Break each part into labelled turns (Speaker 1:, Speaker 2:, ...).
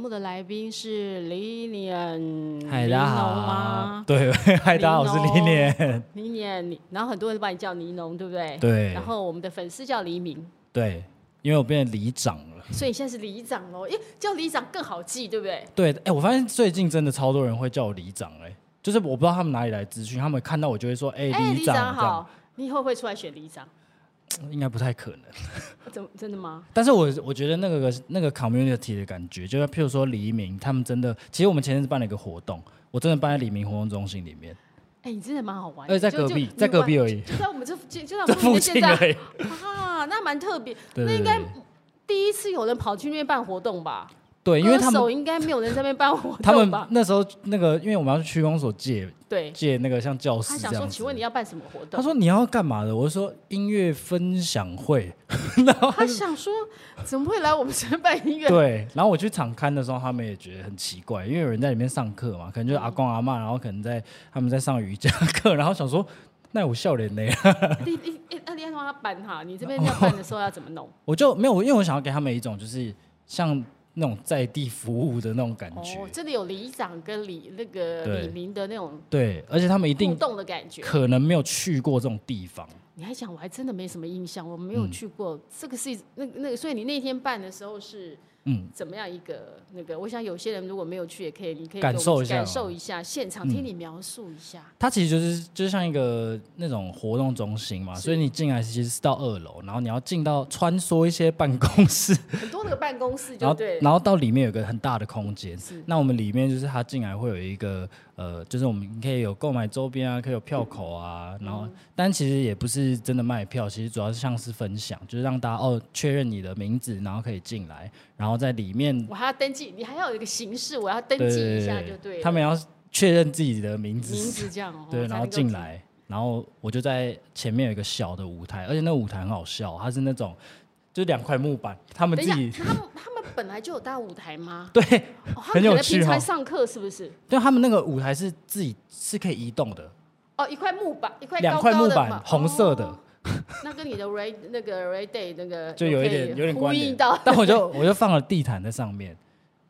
Speaker 1: 目的来宾是 Lilian，
Speaker 2: 嗨，大家
Speaker 1: 尼农
Speaker 2: 好
Speaker 1: 嗯吗，
Speaker 2: 对， 嗨，大家好，我是李
Speaker 1: 尼农
Speaker 2: 念，
Speaker 1: ？Lilian，你然后很多人都把你叫尼农，对不对？。
Speaker 2: 对
Speaker 1: 然，后我们的粉丝叫黎明，
Speaker 2: 对，因为我变成里长了，
Speaker 1: 所以你现在是里长喽，因为叫里长更好记，对不对？
Speaker 2: 对，哎，我发现最近真的超多人会叫我里长，哎，就是我不知道他们哪里来资讯，他们看到我就会说，哎，
Speaker 1: 里长
Speaker 2: 长这样，
Speaker 1: 好，你以后会出来选里长？
Speaker 2: 应该不太可能。
Speaker 1: 怎么真的吗？
Speaker 2: 但是我我觉得那个那个 community 的感觉，就是譬如说黎明他们真的，其实我们前阵子办了一个活动，我真的办在黎明活动中心里面，
Speaker 1: 哎，你真的蛮好玩的。
Speaker 2: 呃而且在
Speaker 1: 就
Speaker 2: 隔壁
Speaker 1: 就，
Speaker 2: 在隔壁而已，
Speaker 1: 就在我们这就就在我
Speaker 2: 这
Speaker 1: 们
Speaker 2: 附
Speaker 1: 现
Speaker 2: 近
Speaker 1: 在
Speaker 2: 而已。
Speaker 1: 啊，那蛮特别。那
Speaker 2: 对对
Speaker 1: 应该
Speaker 2: 对
Speaker 1: 第一次有人跑去那边办活动吧？
Speaker 2: 对，因为他
Speaker 1: 歌手
Speaker 2: 们
Speaker 1: 应该没有人在那边办活
Speaker 2: 他
Speaker 1: 动
Speaker 2: 们
Speaker 1: 吧？
Speaker 2: 那时候那个，因为我们要去区公所借
Speaker 1: 对，
Speaker 2: 借那个像教
Speaker 1: 他
Speaker 2: 室
Speaker 1: 想
Speaker 2: 这
Speaker 1: 说，
Speaker 2: 样子
Speaker 1: 请。问你要办什么活动？
Speaker 2: 他说你要干嘛的？我就说音乐分享会。
Speaker 1: 他想说，怎么会来我们这边办音乐？
Speaker 2: 对，然后我去场刊的时候，他们也觉得很奇怪，因为有人在里面上课嘛，可能就是阿公阿妈，然后可能在他们在上瑜伽课， 然后想说那我笑脸呢，
Speaker 1: 你你你，那你要帮他办哈，你这
Speaker 2: 哦
Speaker 1: 边要办的时候要怎么弄？
Speaker 2: 我就没有，因为我想要给他们一种就是像那种在地服务 的那种感觉，
Speaker 1: 哦，这里有里长跟里那个
Speaker 2: 对
Speaker 1: 李明的那种
Speaker 2: 对，而且他们一
Speaker 1: 互
Speaker 2: 定
Speaker 1: 动的感觉。
Speaker 2: 可能没有去过这种地方，
Speaker 1: 你还讲，我还真的没什么印象，我没
Speaker 2: 嗯
Speaker 1: 有去过。这个是一那个那个，所以你那天办的时候是
Speaker 2: 嗯，
Speaker 1: 怎么样一个那个？我想有些人如果没有去，也可以，你可以
Speaker 2: 感
Speaker 1: 给我们
Speaker 2: 受一下
Speaker 1: 感
Speaker 2: 哦
Speaker 1: 受一下现场，
Speaker 2: 嗯
Speaker 1: 听你描述一下。
Speaker 2: 它其实就是就是像一个那种活动中心嘛，
Speaker 1: 是
Speaker 2: 所以你进来其实是到二楼，然后你要进到穿梭一些办 公室，
Speaker 1: 很多那个办公室
Speaker 2: 然
Speaker 1: 就
Speaker 2: 后
Speaker 1: 对了，
Speaker 2: 然后到里面有个很大的空间
Speaker 1: 是，
Speaker 2: 那我们里面就是它进来会有一个呃，就是我们可以有购买周边啊，可以有票口啊，
Speaker 1: 嗯
Speaker 2: 然后但其实也不是真的卖票，其实主要是像是分享，就是让大家哦确认你的名字，然后可以进来，然后在里面
Speaker 1: 我还要登记，你还要有一个形式，我要登
Speaker 2: 对
Speaker 1: 记一
Speaker 2: 对
Speaker 1: 下
Speaker 2: 对
Speaker 1: 就对了。
Speaker 2: 他们要确认自己的名字，
Speaker 1: 名字这样哦，
Speaker 2: 对，
Speaker 1: 才
Speaker 2: 然
Speaker 1: 能
Speaker 2: 后
Speaker 1: 够
Speaker 2: 进。来，然后我就在前面有一个小的舞台，而且那个舞台很好笑，它是那种就是两块木板，他们
Speaker 1: 等
Speaker 2: 自
Speaker 1: 一下
Speaker 2: 己，
Speaker 1: 他们他们本来就有大舞台吗？
Speaker 2: 对，
Speaker 1: 哦，他
Speaker 2: 很
Speaker 1: 们
Speaker 2: 有
Speaker 1: 可能
Speaker 2: 趣
Speaker 1: 平常
Speaker 2: 哦
Speaker 1: 上课是不是？
Speaker 2: 对，他们那个舞台是自己是可以移动的，
Speaker 1: 哦，一块木板，一块
Speaker 2: 两
Speaker 1: 高
Speaker 2: 块
Speaker 1: 高
Speaker 2: 木
Speaker 1: 的
Speaker 2: 板
Speaker 1: 嘛
Speaker 2: 红色的
Speaker 1: 哦那跟你的 Ray 那个 Ray Day 那个
Speaker 2: 就有一点
Speaker 1: 可以
Speaker 2: 有点
Speaker 1: 呼
Speaker 2: 关
Speaker 1: 应
Speaker 2: 联
Speaker 1: 到，
Speaker 2: 但我就我就放了地毯在上面，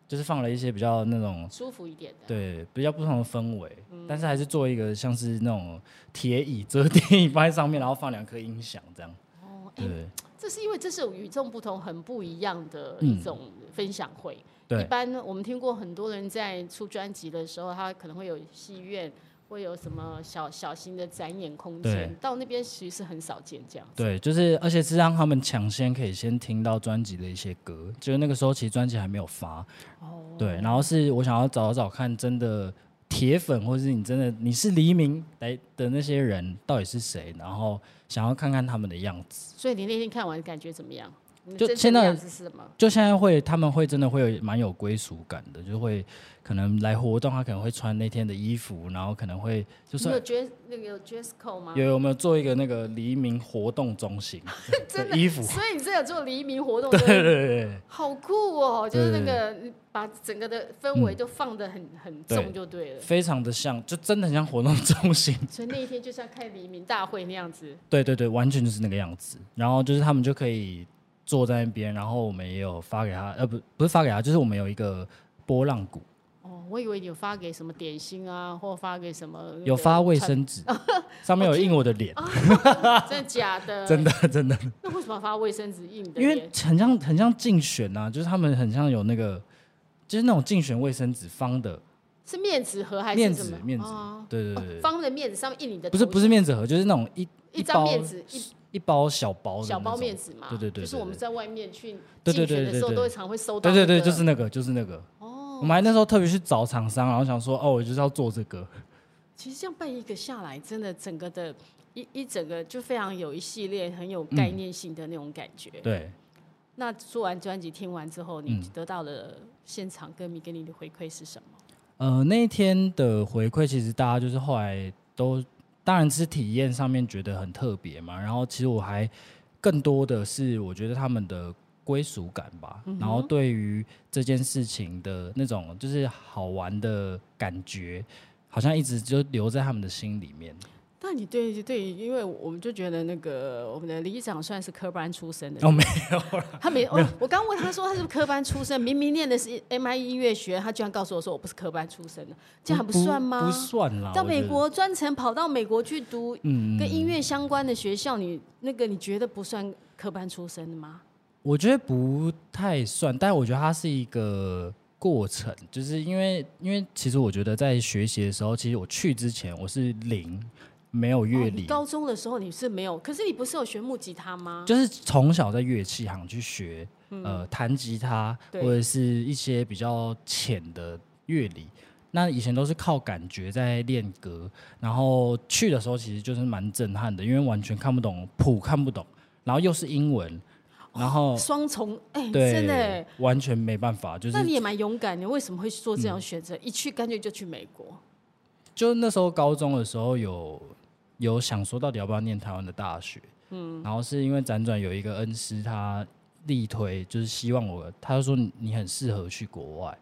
Speaker 2: 就是放了一些比较那种
Speaker 1: 舒服一点的。
Speaker 2: 对比较不同的氛围，
Speaker 1: 嗯
Speaker 2: 但是还是做一个像是那种铁椅折叠椅放在上面，然后放两颗音响这样，
Speaker 1: 哦，哎，
Speaker 2: 对
Speaker 1: 这是因为这是与众不同、很不一样的一种分享会。一
Speaker 2: 对
Speaker 1: 般我们听过很多人在出专辑的时候，他可能会有戏院，会有什么小小型的展演空间
Speaker 2: 对，
Speaker 1: 到那边其实很少见这样。
Speaker 2: 对，就是而且是让他们抢先可以先听到专辑的一些歌，就是那个时候其实专辑还没有发，
Speaker 1: 哦，
Speaker 2: 对，然后是我想要找找看，真的铁粉，或是你真的你是黎明来的那些人到底是谁，然后想要看看他们的样子。
Speaker 1: 所以你那天看完感觉怎么样？你
Speaker 2: 就
Speaker 1: 真正
Speaker 2: 现
Speaker 1: 的
Speaker 2: 在
Speaker 1: 样子是什么？
Speaker 2: 就现在会，他们会真的会有蛮有归属感的，就会可能来活动，他可能会穿那天的衣服，然后可能会就
Speaker 1: 你有
Speaker 2: 是
Speaker 1: 觉得那个有 dress code 吗？
Speaker 2: 有有没有做一个那个黎明活动中心
Speaker 1: 真
Speaker 2: 的衣服？
Speaker 1: 所以你这有做黎明 活动，
Speaker 2: 对
Speaker 1: 对不对
Speaker 2: 对对对
Speaker 1: 好酷哦！就是那个你把整个的氛围都放得很、很重
Speaker 2: 对
Speaker 1: 就对
Speaker 2: 对，
Speaker 1: 了。
Speaker 2: 非常的像，就真的很像活动中心。
Speaker 1: 所以那一天就像看黎明大会那样子，
Speaker 2: 对对对，完全就是那个样子。然后就是他们就可以坐在那边，然后我们也有发给他，呃，不不是发给他，就是我们有一个波浪鼓，
Speaker 1: 哦，我以为你有发给什么点心啊，或发给什么、
Speaker 2: 有发卫，生纸，
Speaker 1: 哦
Speaker 2: 上面有印我的脸，
Speaker 1: 真的假的？
Speaker 2: 真的 真的，
Speaker 1: 那为什么要发卫生纸印的
Speaker 2: 因
Speaker 1: 脸？
Speaker 2: 为很像很像竞选啊，就是他们很像有那个，就是那种竞选卫生纸方的
Speaker 1: 是面纸盒还
Speaker 2: 面
Speaker 1: 是什
Speaker 2: 纸
Speaker 1: 么？
Speaker 2: 面纸
Speaker 1: 哦，
Speaker 2: 对对
Speaker 1: 哦
Speaker 2: 对对，
Speaker 1: 方的面纸上面印你的头
Speaker 2: 不
Speaker 1: 像，
Speaker 2: 是不是面纸盒，就是那种一
Speaker 1: 一
Speaker 2: 包
Speaker 1: 张面纸一
Speaker 2: 一包小包的
Speaker 1: 小
Speaker 2: 那
Speaker 1: 包
Speaker 2: 种
Speaker 1: 面纸嘛？
Speaker 2: 对对对对
Speaker 1: 就是我们在外面去
Speaker 2: 对
Speaker 1: 竞
Speaker 2: 对对
Speaker 1: 选的时候
Speaker 2: 对对
Speaker 1: 都会常会收到
Speaker 2: 对
Speaker 1: 那
Speaker 2: 对
Speaker 1: 个、
Speaker 2: 对，就是那个就是那个。
Speaker 1: 哦
Speaker 2: 我。们还那时候特别去找厂商，然后想说，哦，我就是要做这个。
Speaker 1: 其实这样办一个下来，真的整个的一一整个就非常有一系列很有概念性的那种感觉。
Speaker 2: 对，
Speaker 1: 那做完专辑听完之后，你
Speaker 2: 嗯
Speaker 1: 得到了现场歌迷给你的回馈是什么？
Speaker 2: 呃，那一天的回馈，其实大家就是后来都，当然是体验上面觉得很特别嘛。然后其实我还更多的是，我觉得他们的归属感吧，
Speaker 1: 嗯
Speaker 2: 然后对于这件事情的那种就是好玩的感觉，好像一直就留在他们的心里面。
Speaker 1: 那你对对，因为我们就觉得那个我们的里长算是科班出身的，
Speaker 2: 哦，没有啦，
Speaker 1: 他没我我刚问他说他是不是科班出身，明明念的是 M I 音乐学，他居然告诉我说我不是科班出身的，这样还不算吗？
Speaker 2: 不算啦，
Speaker 1: 到
Speaker 2: 啊我
Speaker 1: 美
Speaker 2: 觉得，
Speaker 1: 国专程跑到美国去读
Speaker 2: 嗯，
Speaker 1: 跟音乐相关的学校，你那个你觉得不算科班出身的吗？
Speaker 2: 我觉得不太算，但我觉得它是一个过程，就是因为因为其实我觉得在学习的时候，其实我去之前我是零，没有乐
Speaker 1: 哦
Speaker 2: 理，
Speaker 1: 你高中的时候你是没有，可是你不是有学木吉他吗？
Speaker 2: 就是从小在乐器行去学，呃，弹吉他或
Speaker 1: 嗯对
Speaker 2: 者是一些比较浅的乐理。那以前都是靠感觉在练歌，然后去的时候其实就是蛮震撼的，因为完全看不懂谱，看不懂，然后又是英文，然后、
Speaker 1: 双重哎、
Speaker 2: 对，
Speaker 1: 真的、哎
Speaker 2: 完全没办法，就是
Speaker 1: 那你也蛮勇敢的，为什么会做这样的选择？一去干脆就去美国，
Speaker 2: 就那时候高中的时候有有想说到底要不要念台湾的大学，嗯，然后是因为辗转有一个恩师他力推，就是希望我，他就说你你很适合去国外，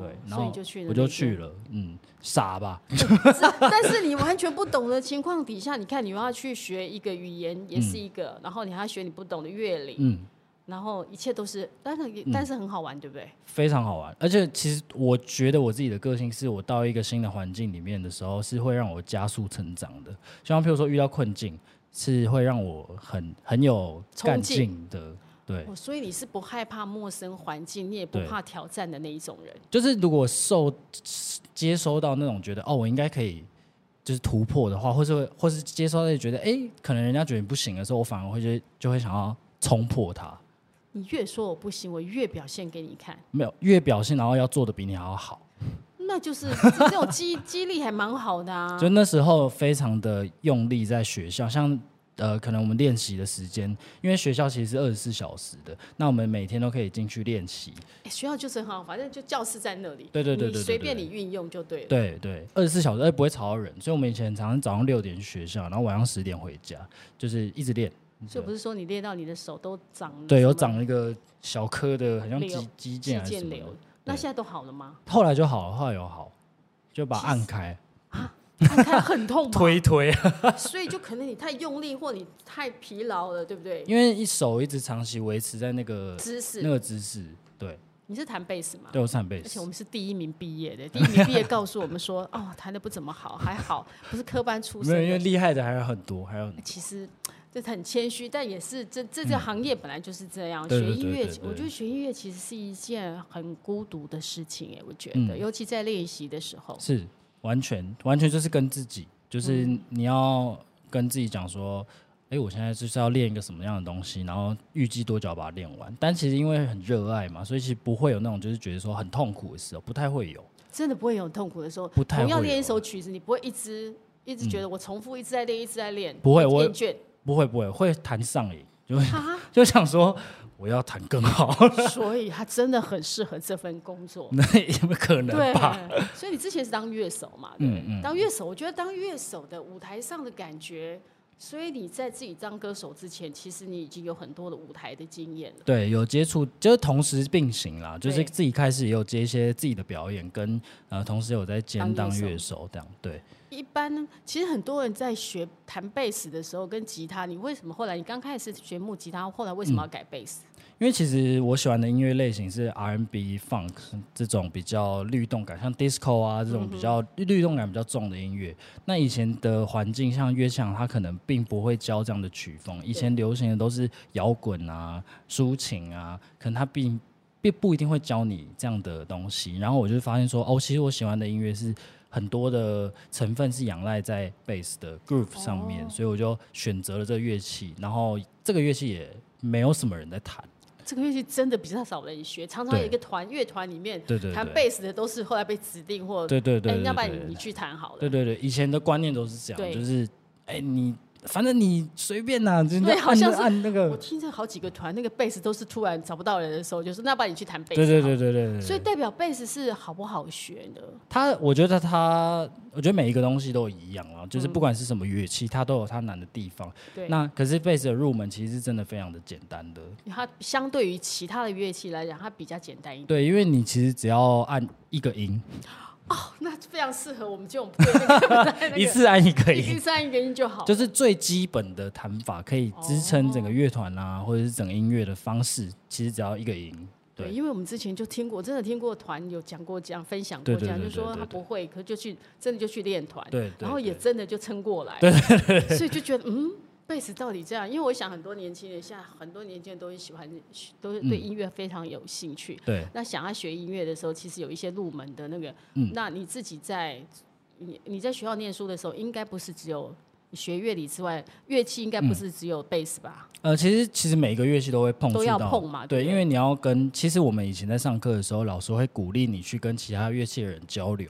Speaker 2: 对，然
Speaker 1: 哦所以
Speaker 2: 后
Speaker 1: 你就去了，
Speaker 2: 我就去。了，嗯，傻吧，
Speaker 1: 但是你完全不懂的情况底下，你看你又要去学一个语言，也是一个，然后你还要学你不懂的乐理，
Speaker 2: 嗯，
Speaker 1: 然后一切都是，但是也但是很好玩，对不对？
Speaker 2: 非常好玩，而且其实我觉得我自己的个性是我到一个新的环境里面的时候，是会让我加速成长的，像譬如说遇到困境，是会让我很很有干
Speaker 1: 冲劲
Speaker 2: 劲的，对。
Speaker 1: 哦，所以你是不害怕陌生环境，你也不
Speaker 2: 对
Speaker 1: 怕挑战的那一种人。
Speaker 2: 就是如果受接收到那种觉得哦，我应该可以就是突破的话，或是或是接收到觉得哎、诶可能人家觉得你不行的时候，我反而会就就会想要冲破它，
Speaker 1: 你越说我不行，我越表现给你看，
Speaker 2: 没有越表现，然后要做的比你还要好。
Speaker 1: 那 就是这种激激励还蛮好的啊。
Speaker 2: 就那时候非常的用力在学校，像呃，可能我们练习的时间，因为学校其实是二十四小时的，那我们每天都可以进去练习。
Speaker 1: 哎学校就是很好，反正就教室在那里，
Speaker 2: 对对对对对
Speaker 1: 你随
Speaker 2: 对
Speaker 1: 便
Speaker 2: 对
Speaker 1: 你运用就对了。
Speaker 2: 对对，二十四小时，哎，不会吵到人，所以我们以前常常早上六点去学校，然后晚上十点回家，就是一直练。
Speaker 1: 所以不是说你练到你的手都长了
Speaker 2: 对，有
Speaker 1: 什么
Speaker 2: 长一个小颗的，很像
Speaker 1: 瘤
Speaker 2: 肌肌
Speaker 1: 肌
Speaker 2: 腱还是什
Speaker 1: 腱
Speaker 2: 么
Speaker 1: 瘤
Speaker 2: 的。，
Speaker 1: 那
Speaker 2: 对
Speaker 1: 现在都好了 吗？
Speaker 2: 后来就好了，后来有好，就把它 按开，
Speaker 1: 看起来很痛吧？
Speaker 2: 推一推，
Speaker 1: 所以就可能你太用力或你太疲劳了，对不对？
Speaker 2: 因为一手一直长期维持在那个
Speaker 1: 姿
Speaker 2: 那
Speaker 1: 势，
Speaker 2: 个姿势，对，
Speaker 1: 你是弹贝斯吗？
Speaker 2: 对我扇贝
Speaker 1: 啊而且
Speaker 2: 斯
Speaker 1: 我，们是第一名毕业的，第一名毕业告诉我们说， 哦，弹的不怎么好，还好不是科班出
Speaker 2: 没
Speaker 1: 身
Speaker 2: 有，因为
Speaker 1: 的。
Speaker 2: 厉害的还有很多，还有很多
Speaker 1: 其实这很谦虚，但也是这这这行业本来就是这样。
Speaker 2: 嗯对
Speaker 1: 学
Speaker 2: 对
Speaker 1: 音
Speaker 2: 对
Speaker 1: 乐
Speaker 2: 对，对
Speaker 1: 我觉得学音乐其实是一件很孤独的事情，哎，我觉得，
Speaker 2: 嗯
Speaker 1: 尤其在练习的时候，
Speaker 2: 是完全完全就是跟自己，就是
Speaker 1: 嗯
Speaker 2: 你要跟自己讲说，哎、我现在就是要练一个什么样的东西，然后预计多久要把它练完。但其实因为很热爱嘛，所以其实不会有那种就是觉得说很痛苦的时候，不太会有。
Speaker 1: 真的不会有很痛苦的时候。
Speaker 2: 不太
Speaker 1: 同样
Speaker 2: 会
Speaker 1: 练一
Speaker 2: 有嗯
Speaker 1: 首曲子，你不会一直一直觉得我重复一直在练，一直在练，
Speaker 2: 不会
Speaker 1: 厌
Speaker 2: 我
Speaker 1: 厌倦。
Speaker 2: 不会不会，会弹上瘾，就会
Speaker 1: 啊
Speaker 2: 就想说我要弹更好，
Speaker 1: 所以他真的很适合这份工作。
Speaker 2: 那有没有可能
Speaker 1: 对
Speaker 2: 吧？，嗯
Speaker 1: 所以你之前是当乐手嘛？对不对，当乐手，我觉得当乐手的舞台上的感觉，所以你在自己当歌手之前，其实你已经有很多的舞台的经验了。
Speaker 2: 对，有接触就是同时并行啦，就是
Speaker 1: 对
Speaker 2: 自己开始也有接一些自己的表演，跟呃同时有在兼
Speaker 1: 当
Speaker 2: 当
Speaker 1: 乐
Speaker 2: 乐手这样。对，
Speaker 1: 一般其实很多人在学弹贝斯的时候跟吉他，你为什么后来你刚开始学木吉他，后来为什
Speaker 2: 嗯
Speaker 1: 么要改贝斯？
Speaker 2: 因为其实我喜欢的音乐类型是 R&B、Funk 这种比较律动感，像 Disco 啊这种比较律动感比较重的音乐。那以前的环境，像乐响，它可能并不会教这样的曲风。以前流行的都是摇滚啊、抒情啊，可能它并并不一定会教你这样的东西。然后我就发现说，哦，其实我喜欢的音乐是很多的成分是仰赖在 bass 的 groove 上面，所以我就选择了这个乐器。然后这个乐器也没有什么人在弹。
Speaker 1: 这个乐器真的比较少人学，常常有
Speaker 2: 对
Speaker 1: 一个团乐团里面
Speaker 2: 对对
Speaker 1: 弹
Speaker 2: 对
Speaker 1: 贝斯的都是后来被指定或
Speaker 2: 对对
Speaker 1: 哎
Speaker 2: 对，对
Speaker 1: 人家把
Speaker 2: 对
Speaker 1: 你你去弹好了。
Speaker 2: 对对对，以前的观念都是这
Speaker 1: 对
Speaker 2: 样，就是哎、你反正你随便呐、就
Speaker 1: 对好像
Speaker 2: 按
Speaker 1: 是
Speaker 2: 按那
Speaker 1: 我
Speaker 2: 个，
Speaker 1: 听着好几个团，那个贝斯都是突然找不到人的时候，就是那不然你去弹贝斯。
Speaker 2: 对对对。对对对。
Speaker 1: 啊所以代表贝斯是好不好学的？
Speaker 2: 它，我觉得它，我觉得每一个东西都一样啊，就是不管是什么乐器，它都有它难的地方。
Speaker 1: 嗯对，
Speaker 2: 那可是贝斯的入门其实是真的非常的简单的，
Speaker 1: 它相对于其他的乐器来讲，它比较简单一点。
Speaker 2: 对，因为你其实只要按一个音，
Speaker 1: 哦， 那非常适合我们这种不会 那个哎在那个
Speaker 2: 一次按一个
Speaker 1: 一
Speaker 2: 音
Speaker 1: 次，按一个音就好了，
Speaker 2: 就是最基本的弹法可以支撑
Speaker 1: 哦
Speaker 2: 整个乐团啊，或者是整个音乐的方式，其实只要一个音。
Speaker 1: 对，
Speaker 2: 对
Speaker 1: 因为我们之前就听过，真的听过团有讲过这样分享过
Speaker 2: 对
Speaker 1: 这
Speaker 2: 对
Speaker 1: 样，
Speaker 2: 对
Speaker 1: 就
Speaker 2: 对
Speaker 1: 说
Speaker 2: 对
Speaker 1: 他不会，可就去真的就去练团，
Speaker 2: 对对
Speaker 1: 然后也
Speaker 2: 对
Speaker 1: 真的就撑过来，所以就觉得嗯，贝斯到底这样？因为我想很多年轻人现在很多年轻人都很喜欢，都是对音乐非常有兴趣。
Speaker 2: 对，
Speaker 1: 那想要学音乐的时候，其实有一些入门的那个，
Speaker 2: 嗯
Speaker 1: 那你自己在你你在学校念书的时候，应该不是只有学乐理之外，乐器应该不是只有贝斯吧？
Speaker 2: 呃，其实其实每个乐器都会碰触
Speaker 1: 都要
Speaker 2: 到，
Speaker 1: 碰嘛对
Speaker 2: 对，
Speaker 1: 不对
Speaker 2: 因为你要跟，其实我们以前在上课的时候，老师会鼓励你去跟其他乐器的人交流，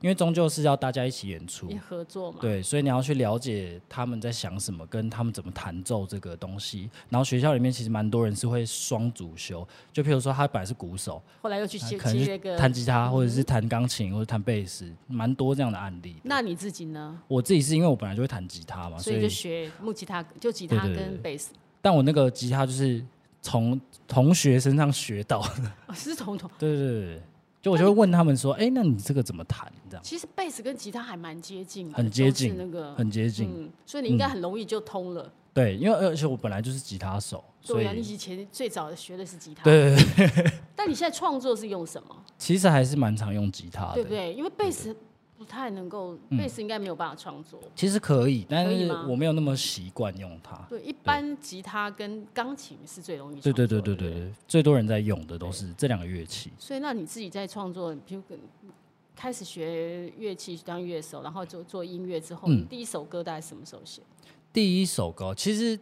Speaker 2: 因为终究是要大家一起演出
Speaker 1: 也，合作嘛，
Speaker 2: 嗯对，所以你要去了解他们在想什么，跟他们怎么弹奏这个东西。然后学校里面其实蛮多人是会双主修，就譬如说他本来是鼓手，
Speaker 1: 后来又去接
Speaker 2: 可能
Speaker 1: 接那
Speaker 2: 是
Speaker 1: 个
Speaker 2: 弹吉他，或者是弹钢琴，或者弹贝斯，蛮多这样的案例。
Speaker 1: 那你自己呢？
Speaker 2: 我自己是因为我本来就会弹吉他
Speaker 1: 所
Speaker 2: 嘛，哦所
Speaker 1: 以就
Speaker 2: 以
Speaker 1: 学木吉他，就吉他
Speaker 2: 对对对
Speaker 1: 跟贝斯，
Speaker 2: 但我那个吉他就是从同学身上学到的，
Speaker 1: 哦是同同。
Speaker 2: 对对对对，就我就会问他们说，哎、那你这个怎么弹？这样
Speaker 1: 其实贝斯跟吉他还蛮接近的，
Speaker 2: 很接近
Speaker 1: 都是那个，
Speaker 2: 很接近，
Speaker 1: 嗯，所以你应该很容易就通了。
Speaker 2: 对，因为而且我本来就是吉他手，所
Speaker 1: 对啊
Speaker 2: 以
Speaker 1: 呀、你以前最早学的是吉他，
Speaker 2: 对对对对，
Speaker 1: 但你现在创作是用什么？
Speaker 2: 其实还是蛮常用吉他的，嗯
Speaker 1: 对不对？因为贝斯不太能够，贝斯应该没有办法创作。
Speaker 2: 其实可以，但
Speaker 1: 可以
Speaker 2: 是
Speaker 1: 吗
Speaker 2: 我没有那么习惯用它。
Speaker 1: 对，一般吉他跟钢琴是最容易
Speaker 2: 对
Speaker 1: 创作
Speaker 2: 对
Speaker 1: 的。
Speaker 2: 对对对对，最多人在用的都是这两个乐器。
Speaker 1: 所以，那你自己在创作，比如跟开始学乐器当乐手，然后做做音乐之后，
Speaker 2: 嗯
Speaker 1: 你第一首歌大概什么时候写？
Speaker 2: 第一首歌其实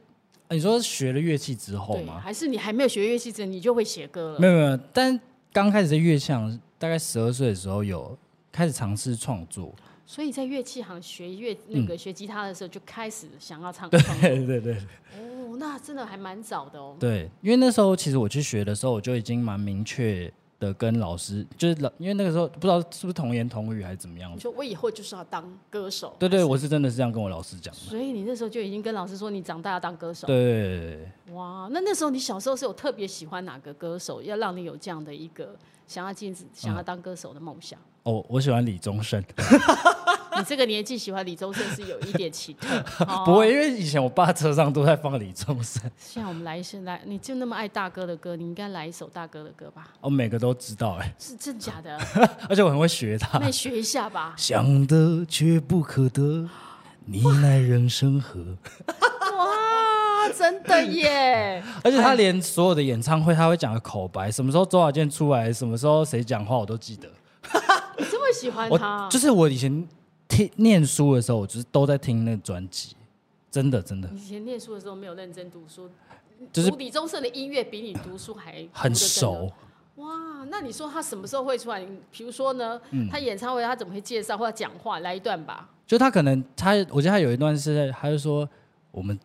Speaker 2: 呃你说学了乐器之后
Speaker 1: 对，
Speaker 2: 吗？
Speaker 1: 还是你还没有学乐器之前，你就会写歌了？
Speaker 2: 没有没有，但刚开始在乐项，大概十二岁的时候有开始尝试创作。
Speaker 1: 所以在乐器行学乐
Speaker 2: 嗯
Speaker 1: 那个学吉他的时候，就开始想要唱创作。
Speaker 2: 对对对
Speaker 1: 哦，那真的还蛮早的哦。
Speaker 2: 对，因为那时候其实我去学的时候，我就已经蛮明确的跟老师，就是老因为那个时候不知道是不是童言童语还是怎么样
Speaker 1: 你，说我以后就是要当歌手。
Speaker 2: 对对，我是真的是这样跟我老师讲的。
Speaker 1: 所以你那时候就已经跟老师说你长大要当歌手。
Speaker 2: 对对对对对。
Speaker 1: 哇，那那时候你小时候是有特别喜欢哪个歌手，要让你有这样的一个想要进想要
Speaker 2: 嗯
Speaker 1: 当歌手的梦想？
Speaker 2: 哦，我喜欢李宗盛，
Speaker 1: 你这个年纪喜欢李宗盛是有一点奇特， 哦
Speaker 2: 不会，因为以前我爸车上都在放李宗盛，
Speaker 1: 像我们来一首来，你就那么爱大哥的歌，你应该来一首大哥的歌吧？
Speaker 2: 我哦每个都知道哎、
Speaker 1: 是真假的？
Speaker 2: 而且我很会学他
Speaker 1: 那。你学一下吧。
Speaker 2: 想得却不可得，你奈人生何？
Speaker 1: 哇，真的耶！
Speaker 2: 而且他连所有的演唱会，他会讲个口白，什么时候周华健出来，什么时候谁讲话，我都记得。
Speaker 1: 你这么喜欢他
Speaker 2: 我，就是我以前听念书的时候，我就是都在听那个专辑，真的真的
Speaker 1: 你以前念书的时候没有认真读书，
Speaker 2: 就是
Speaker 1: 读李宗盛的音乐比你读书还读得
Speaker 2: 很
Speaker 1: 更
Speaker 2: 熟。
Speaker 1: 哇，那你说他什么时候会出来？你比如说呢，
Speaker 2: 嗯
Speaker 1: 他演唱会他怎么会介绍或者讲话？来一段吧。
Speaker 2: 就他可能他，我记得他有一段是在，他就说我们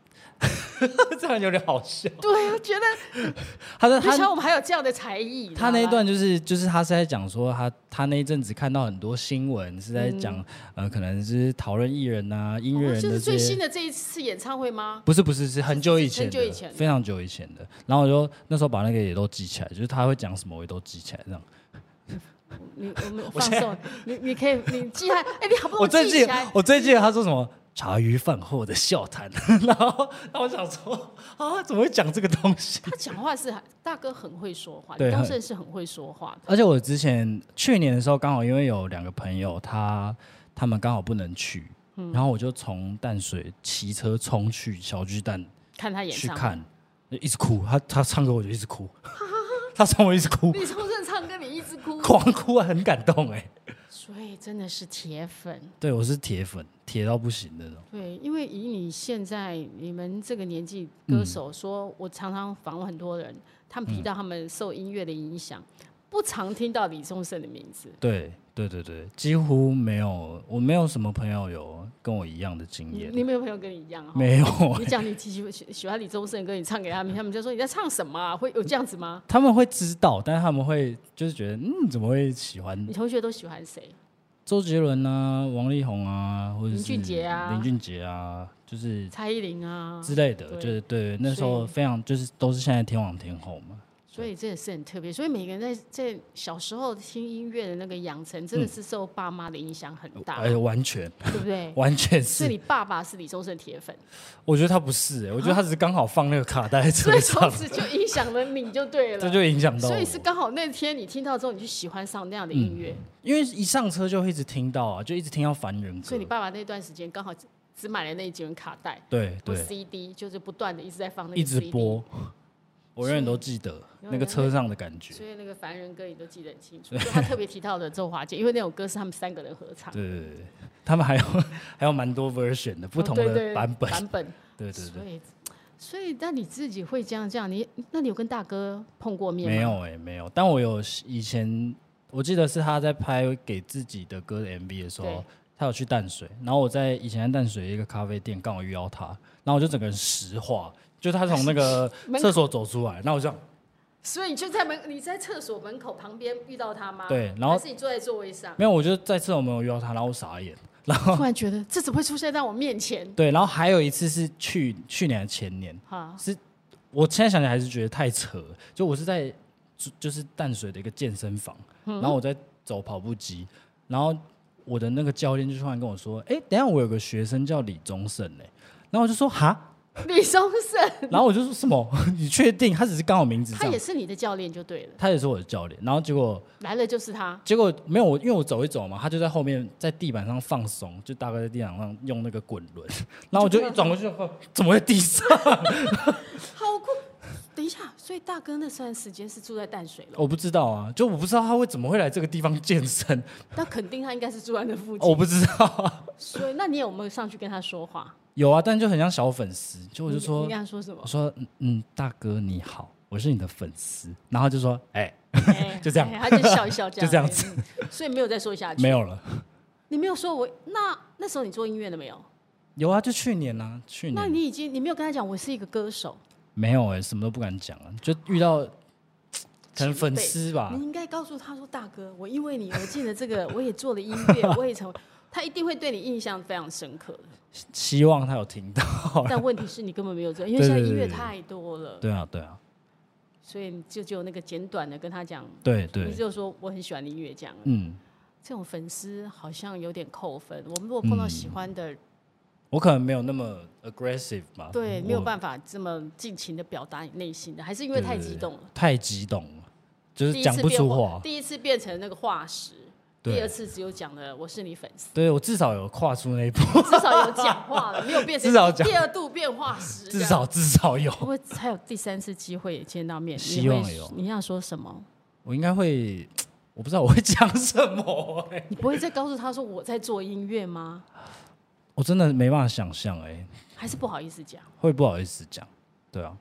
Speaker 2: 这样有点好笑。
Speaker 1: 对，我觉 得
Speaker 2: 他在
Speaker 1: 没
Speaker 2: 啊他
Speaker 1: 想到我们还有这样的才艺。
Speaker 2: 他那一
Speaker 1: 你知道吗
Speaker 2: 段就是就是他是在讲说他他那一阵子看到很多新闻是在讲、呃可能是讨论艺人啊音乐
Speaker 1: 嗯哦
Speaker 2: 人
Speaker 1: 就是
Speaker 2: 的
Speaker 1: 最
Speaker 2: 这些。
Speaker 1: 新的这一次演唱会吗？
Speaker 2: 不是不是是很久以前
Speaker 1: 很
Speaker 2: 的，
Speaker 1: 久以前的
Speaker 2: 非常久以前的。然后我就那时候把那个也都记起来，就是他会讲什么我也都记起来，这样。
Speaker 1: 你我 们放松，你你可以你记下，哎，你好不
Speaker 2: 我
Speaker 1: 容
Speaker 2: 最
Speaker 1: 易
Speaker 2: 记
Speaker 1: 起来，
Speaker 2: 我最记得他说什么茶余饭后的笑谈，然后然后我想说啊怎么会讲这个东西？
Speaker 1: 他讲话是大哥很会说话，
Speaker 2: 对
Speaker 1: 李宗
Speaker 2: 很
Speaker 1: 盛是很会说话的。
Speaker 2: 而且我之前去年的时候，刚好因为有两个朋友，他他们刚好不能去，然后我就从淡水骑车冲去小巨蛋
Speaker 1: 看他演
Speaker 2: 去
Speaker 1: 唱会，
Speaker 2: 看，嗯一直哭。他他唱歌我就一直哭， 他唱我一直哭，
Speaker 1: 李宗盛唱歌你一直哭，
Speaker 2: 狂哭啊，很感动哎、
Speaker 1: 所以真的是铁粉。
Speaker 2: 对我是铁粉，铁到不行的那种。
Speaker 1: 对，因为以你现在你们这个年纪，
Speaker 2: 嗯
Speaker 1: 歌手说，我常常访问很多人，他们提到他们受音乐的影响，不常听到李宗盛的名字。
Speaker 2: 对对对对，几乎没有，我没有什么朋友有跟我一样的经
Speaker 1: 你
Speaker 2: 验，
Speaker 1: 你有没有朋友跟你一样？啊哈，
Speaker 2: 没有。
Speaker 1: 你讲你喜喜喜欢李宗盛歌，你唱给他们，他们就说你在唱什么、啊？会有这样子吗？
Speaker 2: 他们会知道，但是他们会就是觉得，嗯，怎么会喜欢
Speaker 1: 你同学都喜欢谁？
Speaker 2: 周杰伦啊、王力宏啊，或者是
Speaker 1: 林俊杰啊
Speaker 2: 林俊杰啊，就是
Speaker 1: 蔡依林啊，
Speaker 2: 之类的，
Speaker 1: 对
Speaker 2: 就是对那时候非常就是都是现在天王天后嘛。
Speaker 1: 所以这也是很特别。所以每个人在在小时候听音乐的那个养成，真的是受爸妈的影响很大，
Speaker 2: 嗯哎、完全
Speaker 1: 对不对？
Speaker 2: 完全
Speaker 1: 所以
Speaker 2: 是，
Speaker 1: 你爸爸是李宗盛铁粉，
Speaker 2: 我觉得他不是、哎，我觉得他只是刚好放那个卡带在
Speaker 1: 所
Speaker 2: 车
Speaker 1: 以从
Speaker 2: 上，
Speaker 1: 此就影响了你就对
Speaker 2: 这
Speaker 1: 了。
Speaker 2: 就影响到我。
Speaker 1: 所以是刚好那天你听到之后，你就喜欢上那样的音乐。
Speaker 2: 因为一上车就会一直听到啊，就一直听到凡人
Speaker 1: 所
Speaker 2: 歌
Speaker 1: 以你。爸爸那段时间刚好只只买了那一卷卡带
Speaker 2: 对
Speaker 1: 或
Speaker 2: 对，
Speaker 1: CD，就是不断的一直在放那个
Speaker 2: 一直
Speaker 1: CD
Speaker 2: 播，我永远都记得那个车上的感觉。
Speaker 1: 所以那个凡人歌你都记得很清楚，就他特别提到的周华健，因为那首歌是他们三个人合唱，
Speaker 2: 对对对对，他们还有 还有蛮多 version 的不同
Speaker 1: 哦对
Speaker 2: 的
Speaker 1: 对
Speaker 2: 版本。
Speaker 1: 版本，
Speaker 2: 对对
Speaker 1: 所以所以那你自己会这样这样，你那你有跟大哥碰过
Speaker 2: 对，
Speaker 1: 面吗？
Speaker 2: 没，有哎、没有。但我有以前我记得是他在拍给自己的歌的 MV 的时候
Speaker 1: 对，
Speaker 2: 他有去淡水，然后我在以前在淡水一个咖啡店刚好遇到他，然后我就整个人石化，就他从那个
Speaker 1: 门口
Speaker 2: 厕所走出来，那我就这样
Speaker 1: 所以你就在门你在厕所门口旁边遇到他吗？
Speaker 2: 对然后
Speaker 1: 还是你坐在座位上，
Speaker 2: 没有，我就在厕所门口遇到他，然后我傻眼。
Speaker 1: 突然觉得这怎么会出现在我面前？
Speaker 2: 对，然后还有一次是去去年还是前年，
Speaker 1: 哈，
Speaker 2: 我现在想起来还是觉得太扯了。就我是在就就是淡水的一个健身房，
Speaker 1: 嗯
Speaker 2: 然后我在走跑步机，然后我的那个教练就突然跟我说：“哎、等一下我有个学生叫李宗盛哎、然后我就说：“哈。
Speaker 1: 李宗盛，”
Speaker 2: 然后我就说什么？ 你确定？他只是刚好名字这
Speaker 1: 他
Speaker 2: 样
Speaker 1: 也。是你的教练就对了，
Speaker 2: 他也是我的教练，然后结果
Speaker 1: 来了就是他，
Speaker 2: 结果没有我，因为我走一走嘛，他就在后面在地板上放松，就大概在地板上用那个滚轮， 然后我就一转过去， 哦怎么会地上？
Speaker 1: 好酷！等一下，所以大哥那段时间是住在淡 水了，
Speaker 2: 我不知道啊，就我不知道他会怎么会来这个地方健身，
Speaker 1: 那肯定他应该是住在那附近。
Speaker 2: 我不知道啊。
Speaker 1: 所以，那你有没有上去跟他说话？
Speaker 2: 有啊，但就很像小粉丝，就我就
Speaker 1: 你
Speaker 2: 说
Speaker 1: 你，跟他说什么
Speaker 2: 我？说嗯嗯，大哥你好，我是你的粉丝，然后他就说哎、
Speaker 1: 哎
Speaker 2: 就这样
Speaker 1: 哎他就笑一笑，这样
Speaker 2: 就这样
Speaker 1: 子，嗯所以没有再说下去。
Speaker 2: 没，有了。
Speaker 1: 你没有说我那那时候你做音乐了没有？
Speaker 2: 有啊，就去年啊，去
Speaker 1: 那
Speaker 2: 年
Speaker 1: 你已经你没有跟他讲我是一个歌手，
Speaker 2: 没有哎、什么都不敢讲啊，就遇到可能粉丝吧
Speaker 1: 你，应该告诉他说大哥，我因为你我进了这个， 我也做了音 乐，我也成为。他一定会对你印象非常深刻的，
Speaker 2: 希望他有听到。
Speaker 1: 但问题是你根本没有这样，因为
Speaker 2: 对
Speaker 1: 现在
Speaker 2: 对
Speaker 1: 音乐
Speaker 2: 对对
Speaker 1: 太多了，
Speaker 2: 对啊，对啊，
Speaker 1: 所以你就只有那个简短的跟他讲，
Speaker 2: 对
Speaker 1: 你
Speaker 2: 对
Speaker 1: 只，有说我很喜欢音乐这样而已。
Speaker 2: 嗯，
Speaker 1: 这种粉丝好像有点扣分。我们如果碰到喜欢
Speaker 2: 嗯
Speaker 1: 的，
Speaker 2: 我可能没有那么 aggressive 吧，
Speaker 1: 对，
Speaker 2: 我
Speaker 1: 没有办法这么尽情的表达你内心的，还是因为太激动了，
Speaker 2: 太激动了，就
Speaker 1: 第
Speaker 2: 是
Speaker 1: 一
Speaker 2: 讲
Speaker 1: 次
Speaker 2: 不
Speaker 1: 变
Speaker 2: 出
Speaker 1: 化
Speaker 2: 话。
Speaker 1: 第一次变成那个化石，
Speaker 2: 对
Speaker 1: 第二次只有讲了我是你粉丝，
Speaker 2: 对我至少有跨出那一步，
Speaker 1: 至少有讲话了，没有变成
Speaker 2: 至少讲
Speaker 1: 第二度变化石，
Speaker 2: 至少至少有。
Speaker 1: 不会还有第三次机会也见到面，
Speaker 2: 希望
Speaker 1: 你会
Speaker 2: 有
Speaker 1: 你要说什么？
Speaker 2: 我应该会，我不知道我会讲什么、欸，
Speaker 1: 你不会再告诉他说我在做音乐吗？
Speaker 2: 我真的没办法想象，哎，
Speaker 1: 还是不好意思讲，
Speaker 2: 会不好意思讲，对啊，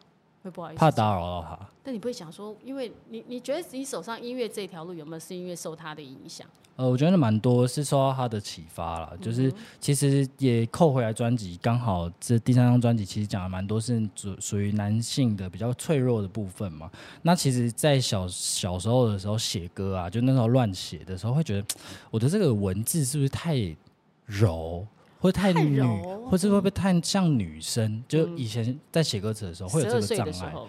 Speaker 1: 会不好意思
Speaker 2: 怕
Speaker 1: 讲。
Speaker 2: 打扰到他。
Speaker 1: 但你不会想说，因为你你觉得你手上音乐这条路有没有是因为受他的影响？
Speaker 2: 呃，我觉得蛮多是受到他的启发
Speaker 1: 嗯
Speaker 2: 啦，就是其实也扣回来专辑，刚好这第三张专辑其实讲的蛮多是属属于男性的比较脆弱的部分嘛。那其实，在小小时候的时候写歌啊，就那时候乱写的时候，会觉得我的这个文字是不是太柔，或太
Speaker 1: 太
Speaker 2: 女，
Speaker 1: 柔嗯
Speaker 2: 或是会不会太像女生？就以前在写歌词的时候会有
Speaker 1: 十
Speaker 2: 这
Speaker 1: 二
Speaker 2: 个
Speaker 1: 岁
Speaker 2: 障
Speaker 1: 的时
Speaker 2: 碍，
Speaker 1: 候，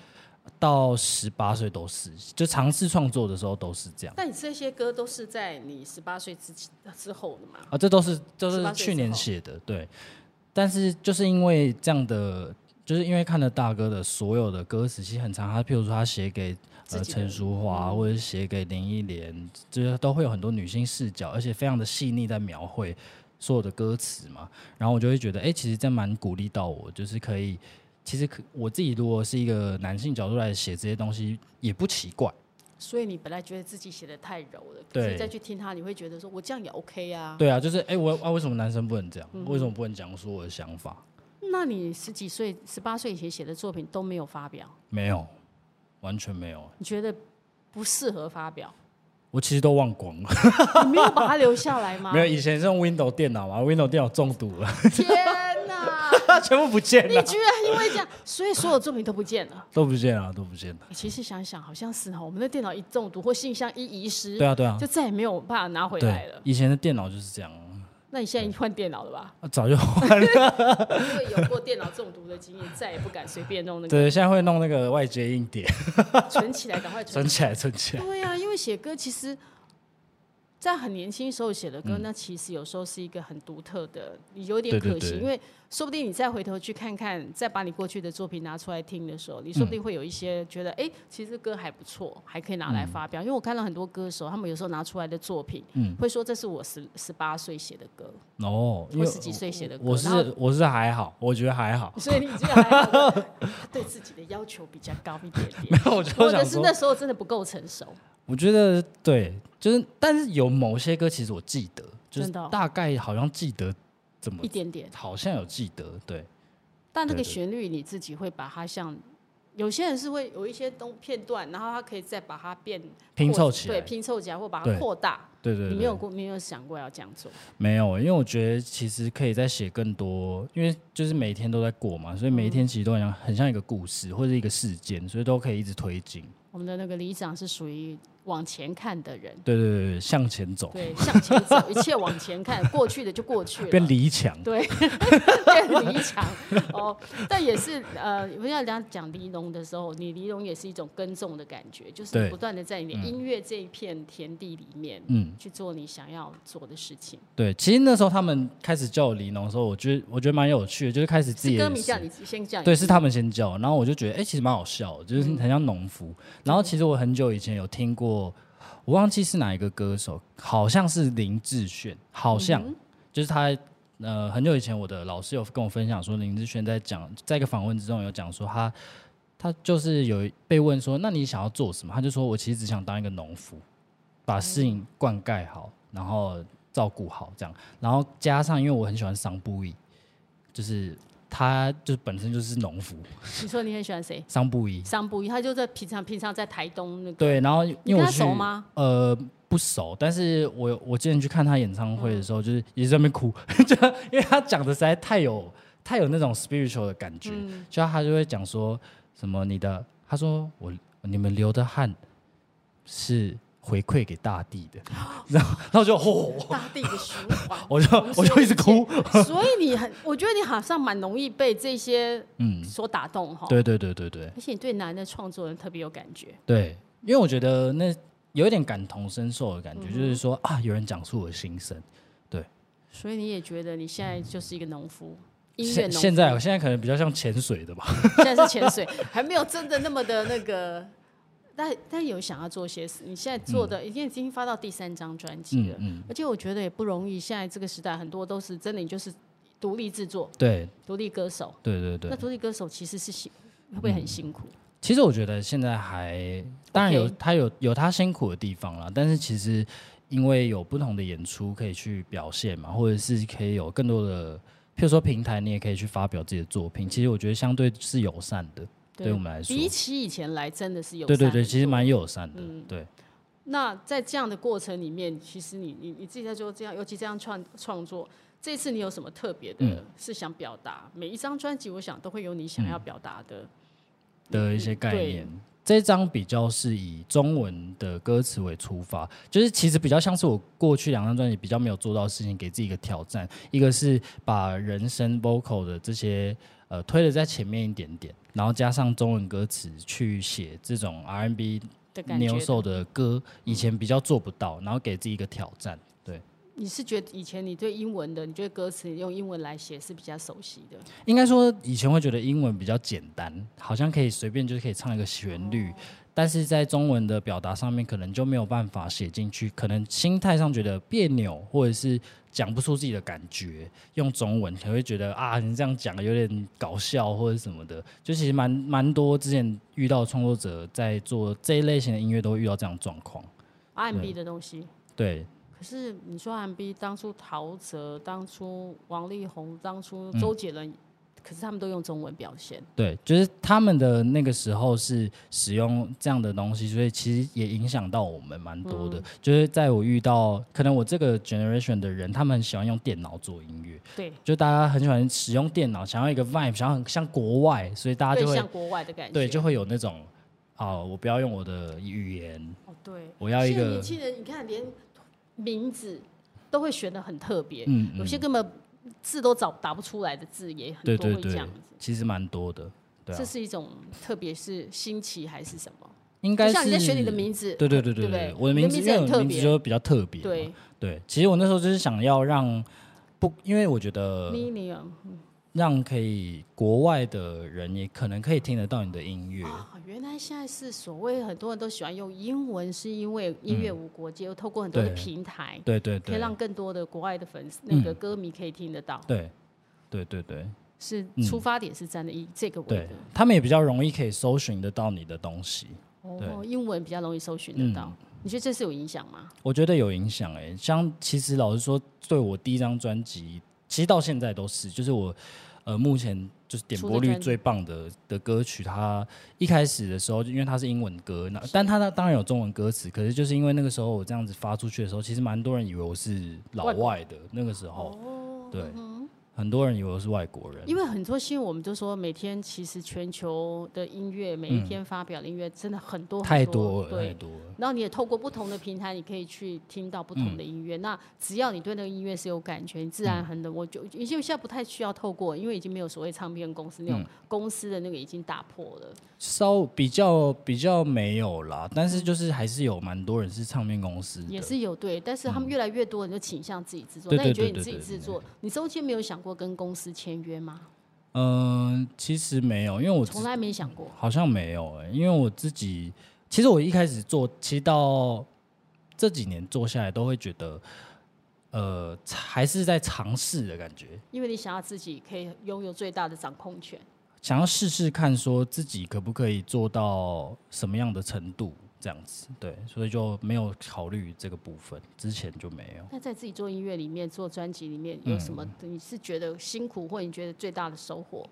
Speaker 2: 到十八岁都是，就尝试创作的时候都是这样。
Speaker 1: 但你这些歌都是在你十八岁之前之后的嘛？
Speaker 2: 啊，这都是都
Speaker 1: 18
Speaker 2: 是
Speaker 1: 岁
Speaker 2: 去
Speaker 1: 之
Speaker 2: 年
Speaker 1: 后
Speaker 2: 写的，对。但是就是因为这样的，就是因为看了大哥的所有的歌词，其实很长，他譬如说他写给呃
Speaker 1: 自己的嗯
Speaker 2: 陈淑华，或者是写给林忆莲，就是都会有很多女性视角，而且非常的细腻在描绘所有的歌词嘛。然后我就会觉得，哎、其实这蛮鼓励到我，就是可以。其实可我自己如果是一个男性角度来写这些东西，也不奇怪。
Speaker 1: 所以你本来觉得自己写的太柔了，可是
Speaker 2: 对
Speaker 1: 你再去听他，你会觉得说我这样也 OK 啊。嗯
Speaker 2: 对啊，就是哎、诶我啊，为什么男生不能这样？为什么不能讲出我的想法？
Speaker 1: 那你十几岁、十八岁以前写的作品都没有发表，
Speaker 2: 没有，完全没有。
Speaker 1: 你觉得不适合发表，
Speaker 2: 我其实都忘光了，
Speaker 1: 你没有把它留下来吗？
Speaker 2: 没有以前是用 Windows 电脑嘛，Windows 电脑中毒了，
Speaker 1: 天 哪！
Speaker 2: 全部不见
Speaker 1: 你
Speaker 2: 了，
Speaker 1: 居然因为这样，所以所有作品都不见了。
Speaker 2: 都不见了，都不见了。
Speaker 1: 欸其实想想，好像是哈，哦我们的电脑一中毒或信箱一遗失，
Speaker 2: 对啊，对啊
Speaker 1: 就，再也没有办法拿回来
Speaker 2: 对
Speaker 1: 了，。
Speaker 2: 以前的电脑就是这样，
Speaker 1: 那你现在已经换电脑了吧？
Speaker 2: 啊早就换了。
Speaker 1: 因为有过电脑中毒的经验，再也不敢随便弄那个，
Speaker 2: 对，现在会弄那个外接硬碟，
Speaker 1: 存起来，赶快存
Speaker 2: 存起来，存起来。
Speaker 1: 对呀、啊因为写歌其实，在很年轻时候写的歌，那其实有时候是一个很独特的，你有点
Speaker 2: 嗯对对
Speaker 1: 可惜，
Speaker 2: 对
Speaker 1: 因为说不定你再回头去看看，再把你过去的作品拿出来听的时候，你说不
Speaker 2: 嗯
Speaker 1: 定会有一些觉得，哎、其实歌还不错，还可以拿来发
Speaker 2: 嗯
Speaker 1: 表。因为我看到很多歌手，他们有时候拿出来的作品，会说这是我十十八岁写的歌，
Speaker 2: 哦，因
Speaker 1: 或
Speaker 2: 为
Speaker 1: 十几岁写的歌，
Speaker 2: 我
Speaker 1: 然后
Speaker 2: 是我是还好，我觉得还 好。
Speaker 1: 所以你这样还好，他对自己的要求比较高一点点，
Speaker 2: 我就
Speaker 1: 或者
Speaker 2: 想
Speaker 1: 是
Speaker 2: 说
Speaker 1: 那，时候真的不够成熟。
Speaker 2: 我觉得对，就是但是有某些歌其实我记得，就是
Speaker 1: 真的哦
Speaker 2: 大概好像记得怎么
Speaker 1: 一，点点，
Speaker 2: 好像有记得，对，
Speaker 1: 但那
Speaker 2: 对
Speaker 1: 个
Speaker 2: 对
Speaker 1: 旋律你自己会把它像，有些人是会有一些东片段，然后他可以再把它变
Speaker 2: 拼凑
Speaker 1: 扩
Speaker 2: 起来
Speaker 1: 对，拼凑起来或把它
Speaker 2: 对
Speaker 1: 扩大。
Speaker 2: 对对
Speaker 1: 你
Speaker 2: 对。
Speaker 1: 没有过，没有想过要这样做，
Speaker 2: 没有，因为我觉得其实可以再写更多，因为就是每一天都在过嘛，所以每一天其实都很像很像一个故事或者一个事件，所以都可以一直推进。
Speaker 1: 我们的那个里长是属于往前看的人，
Speaker 2: 对对对对，向前走，
Speaker 1: 对，啊向前走，一切往前 看，过去的就过去了。
Speaker 2: 变离强。
Speaker 1: 对， 变离场哦，但也是呃，我们要讲讲离农的时候，你离农也是一种耕种的感觉，就是
Speaker 2: 对
Speaker 1: 你不断的在你的音乐这一片田地里面，
Speaker 2: 嗯
Speaker 1: 去做你想要做的事情。
Speaker 2: 对，其实那时候他们开始叫我离农的时候，我觉得我觉得蛮有趣的，就是开始自己
Speaker 1: 是
Speaker 2: 也
Speaker 1: 歌迷
Speaker 2: 是
Speaker 1: 叫你先叫你，
Speaker 2: 对，是他们先叫，然后我就觉得，哎、其实蛮好笑的，就是很像农夫。然后其实我很久以前有听过，我忘记是哪一个歌手，好像是林志炫，好像、就是他。呃，很久以前我的老师有跟我分享说，林志炫在讲，在一个访问之中有讲说他。他就是有被问说，那你想要做什么？他就说我其实只想当一个农夫，把事情灌溉好，然后照顾好这样。然后加上，因为我很喜欢桑布伊，就是他就是本身就是农夫，
Speaker 1: 你说你很喜欢谁？
Speaker 2: 桑布伊。
Speaker 1: 桑布伊，他就在平常平常在台东那个，
Speaker 2: 对，然后
Speaker 1: 你跟
Speaker 2: 因为我
Speaker 1: 他
Speaker 2: 去
Speaker 1: 熟吗？
Speaker 2: 呃不熟，但是我我之前去看他演唱会的时
Speaker 1: 嗯
Speaker 2: 候，就是也是在那边哭， 就因为他讲的实在太有太有那种 spiritual 的感觉，
Speaker 1: 嗯
Speaker 2: 就他就会讲说什么你的，他说我你们流的汗是回馈给大地的， 然后然后我就 吼、，
Speaker 1: 大地的循环
Speaker 2: 我就我就一直哭，
Speaker 1: 所以你很，我觉得你好像蛮容易被这些嗯所打动哈。
Speaker 2: 对对对对对
Speaker 1: 而且你对男的创作人特别有感觉，
Speaker 2: 对，因为我觉得那有一点感同身受的感
Speaker 1: 嗯
Speaker 2: 觉，就是说啊，有人讲出我的心声。
Speaker 1: 所以你也觉得你现在就是一个农夫，音乐
Speaker 2: 现
Speaker 1: 农夫。
Speaker 2: 现在我现在可能比较像潜水的吧，
Speaker 1: 现在是潜水，还没有真的那么的那个。但但有想要做些事，你现在做
Speaker 2: 嗯
Speaker 1: 的已经已经发到第三张专辑了，而且我觉得也不容易。现在这个时代，很多都是真的，你就是独立制作、
Speaker 2: 对
Speaker 1: 独立歌手。
Speaker 2: 对对嗯
Speaker 1: 那
Speaker 2: 对，
Speaker 1: 独立歌手其实是辛，会不会很辛苦？
Speaker 2: 其实我觉得现在还当然有
Speaker 1: OK
Speaker 2: 他有有他辛苦的地方啦，但是其实因为有不同的演出可以去表现嘛，或者是可以有更多的，譬如说平台，你也可以去发表自己的作品。其实我觉得相对是友善的，对我们来说，
Speaker 1: 比起以前来，真的是嗯有
Speaker 2: 对对
Speaker 1: 差很
Speaker 2: 对，其实
Speaker 1: 多
Speaker 2: 蛮友善的，对
Speaker 1: 那在这样的过程里面，其实你你你自己在做这样，尤其这样创创作，这次你有什么特别
Speaker 2: 嗯
Speaker 1: 的是想表达？每一张专辑，我想都会有你想要表达的。
Speaker 2: 的一些
Speaker 1: 嗯
Speaker 2: 概
Speaker 1: 对
Speaker 2: 念。这张比较是以中文的歌词为出发，就是其实比较像是我过去两张专辑比较没有做到的事情，给自己一个挑战。一个是把人声 vocal 的这些呃推的在前面一点点，然后加上中文歌词去写这种 R&B
Speaker 1: 的感觉
Speaker 2: 牛。手的歌，以前比较做不到，然后给自己一个挑战。对，
Speaker 1: 你是觉得以前你对英文的，你觉得歌词用英文来写是比较熟悉的，
Speaker 2: 应该说以前会觉得英文比较简单，好像可以随便就是可以唱一个旋律，但是在中文的表达上面可能就没有办法写进去，可能心态上觉得别扭，或者是讲不出自己的感觉，用中文可能会觉得啊，你这样讲有点搞笑或者什么的，就其实蛮蛮多之前遇到的创作者在做这一类型的音乐都会遇到这样的状况，
Speaker 1: ？R&B 的东西。
Speaker 2: 对，
Speaker 1: 可是你说 R&B，当初陶喆，当初王力宏，当初
Speaker 2: 嗯
Speaker 1: 周杰伦，可是他们都用中文表现。
Speaker 2: 对，就是他们的那个时候是使用这样的东西，所以其实也影响到我们蛮多的。
Speaker 1: 嗯
Speaker 2: 就是在我遇到可能我这个 generation 的人，他们很喜欢用电脑做音乐，
Speaker 1: 对，
Speaker 2: 就大家很喜欢使用电脑，想要一个 vibe，想要很像国外，所以大家
Speaker 1: 对
Speaker 2: 就会
Speaker 1: 像国外的感觉。
Speaker 2: 对就会有那种啊，我不要用我的语言，
Speaker 1: 哦，对，
Speaker 2: 我要一
Speaker 1: 现在
Speaker 2: 个
Speaker 1: 年轻人，你看连名字都会选的很特别，
Speaker 2: 嗯
Speaker 1: 有些根本字都找打不出来的字也很
Speaker 2: 对
Speaker 1: 多
Speaker 2: 对
Speaker 1: 会这
Speaker 2: 对
Speaker 1: 样子。，
Speaker 2: 其实蛮多的，对啊
Speaker 1: 这，是一种，特别是新奇还是什么？
Speaker 2: 应该
Speaker 1: 就是像你在选你的名字，
Speaker 2: 对对对
Speaker 1: 对不
Speaker 2: 对
Speaker 1: 对，
Speaker 2: 我的
Speaker 1: 你的
Speaker 2: 名字
Speaker 1: 名
Speaker 2: 因
Speaker 1: 字
Speaker 2: 为
Speaker 1: 很
Speaker 2: 我
Speaker 1: 特
Speaker 2: 的名
Speaker 1: 别
Speaker 2: 字就比较特别嘛，
Speaker 1: 对
Speaker 2: 对，其实我那时候就是想要让不，因为我觉得
Speaker 1: l i n e
Speaker 2: 让可以国外的人也可能可以听得到你的音乐，
Speaker 1: 啊，原来现在是所谓很多人都喜欢用英文，是因为音乐无国界，又透过很多的
Speaker 2: 对
Speaker 1: 平台，
Speaker 2: 对对嗯
Speaker 1: 可以
Speaker 2: 对，
Speaker 1: 让更多的国外的粉丝、那个歌迷可以听得到。
Speaker 2: 对对对对
Speaker 1: 是
Speaker 2: 嗯
Speaker 1: 出发点是站在以这个为
Speaker 2: 对
Speaker 1: 的，
Speaker 2: 他们也比较容易可以搜寻得到你的东西，
Speaker 1: 哦，英文比较容易搜寻得
Speaker 2: 嗯
Speaker 1: 到。你觉得这是有影响吗？
Speaker 2: 我觉得有影响哎、像其实老实说，对我第一张专辑，其实到现在都是，就是我呃目前就是点播率最棒的的歌曲，它一开始的时候，因为它是英文歌，那但它当然有中文歌词，可是就是因为那个时候我这样子发出去的时候，其实蛮多人以为我是老
Speaker 1: 外国哦嗯
Speaker 2: 外的，那个时候，对，很多人以为我是外国人，
Speaker 1: 因为很多新闻我们都说，每天其实全球的音乐，每一天发表的音乐真的很多
Speaker 2: 嗯太
Speaker 1: 很
Speaker 2: 多了，哎太
Speaker 1: 对。
Speaker 2: 多了，
Speaker 1: 然后你也透过不同的平台，你可以去听到不同
Speaker 2: 嗯
Speaker 1: 的音乐。那只要你对那个音乐是有感觉，你自然很能。我就因为现在不太需要透过，因为已经没有所谓唱片公司那
Speaker 2: 嗯
Speaker 1: 种公司的那个已经打破了。
Speaker 2: 稍比较比较没有啦，但是就是还是有蛮多人是唱片公司的，
Speaker 1: 嗯
Speaker 2: 嗯
Speaker 1: 也是有对，但是他们越来越多人就倾向自己制作。
Speaker 2: 对
Speaker 1: 那你
Speaker 2: 对
Speaker 1: 觉得
Speaker 2: 对
Speaker 1: 你自
Speaker 2: 对
Speaker 1: 己
Speaker 2: 对
Speaker 1: 制
Speaker 2: 对
Speaker 1: 作，你中间没有想过跟公司签约吗？
Speaker 2: 嗯，其实没有，因为我自嗯
Speaker 1: 从来没想过。
Speaker 2: 好像没有哎、因为我自己其实我一开始做，其实到这几年做下来都会觉得，呃，还是在尝试的感觉，
Speaker 1: 因为你想要自己可以拥有最大的掌控权。
Speaker 2: 想要试试看，说自己可不可以做到什么样的程度，这样子，对，所以就没有考虑这个部分，之前就没有。
Speaker 1: 那在自己做音乐里面、做专辑里面，有什么、
Speaker 2: 嗯
Speaker 1: 你是觉得辛苦，或你觉得最大的收获？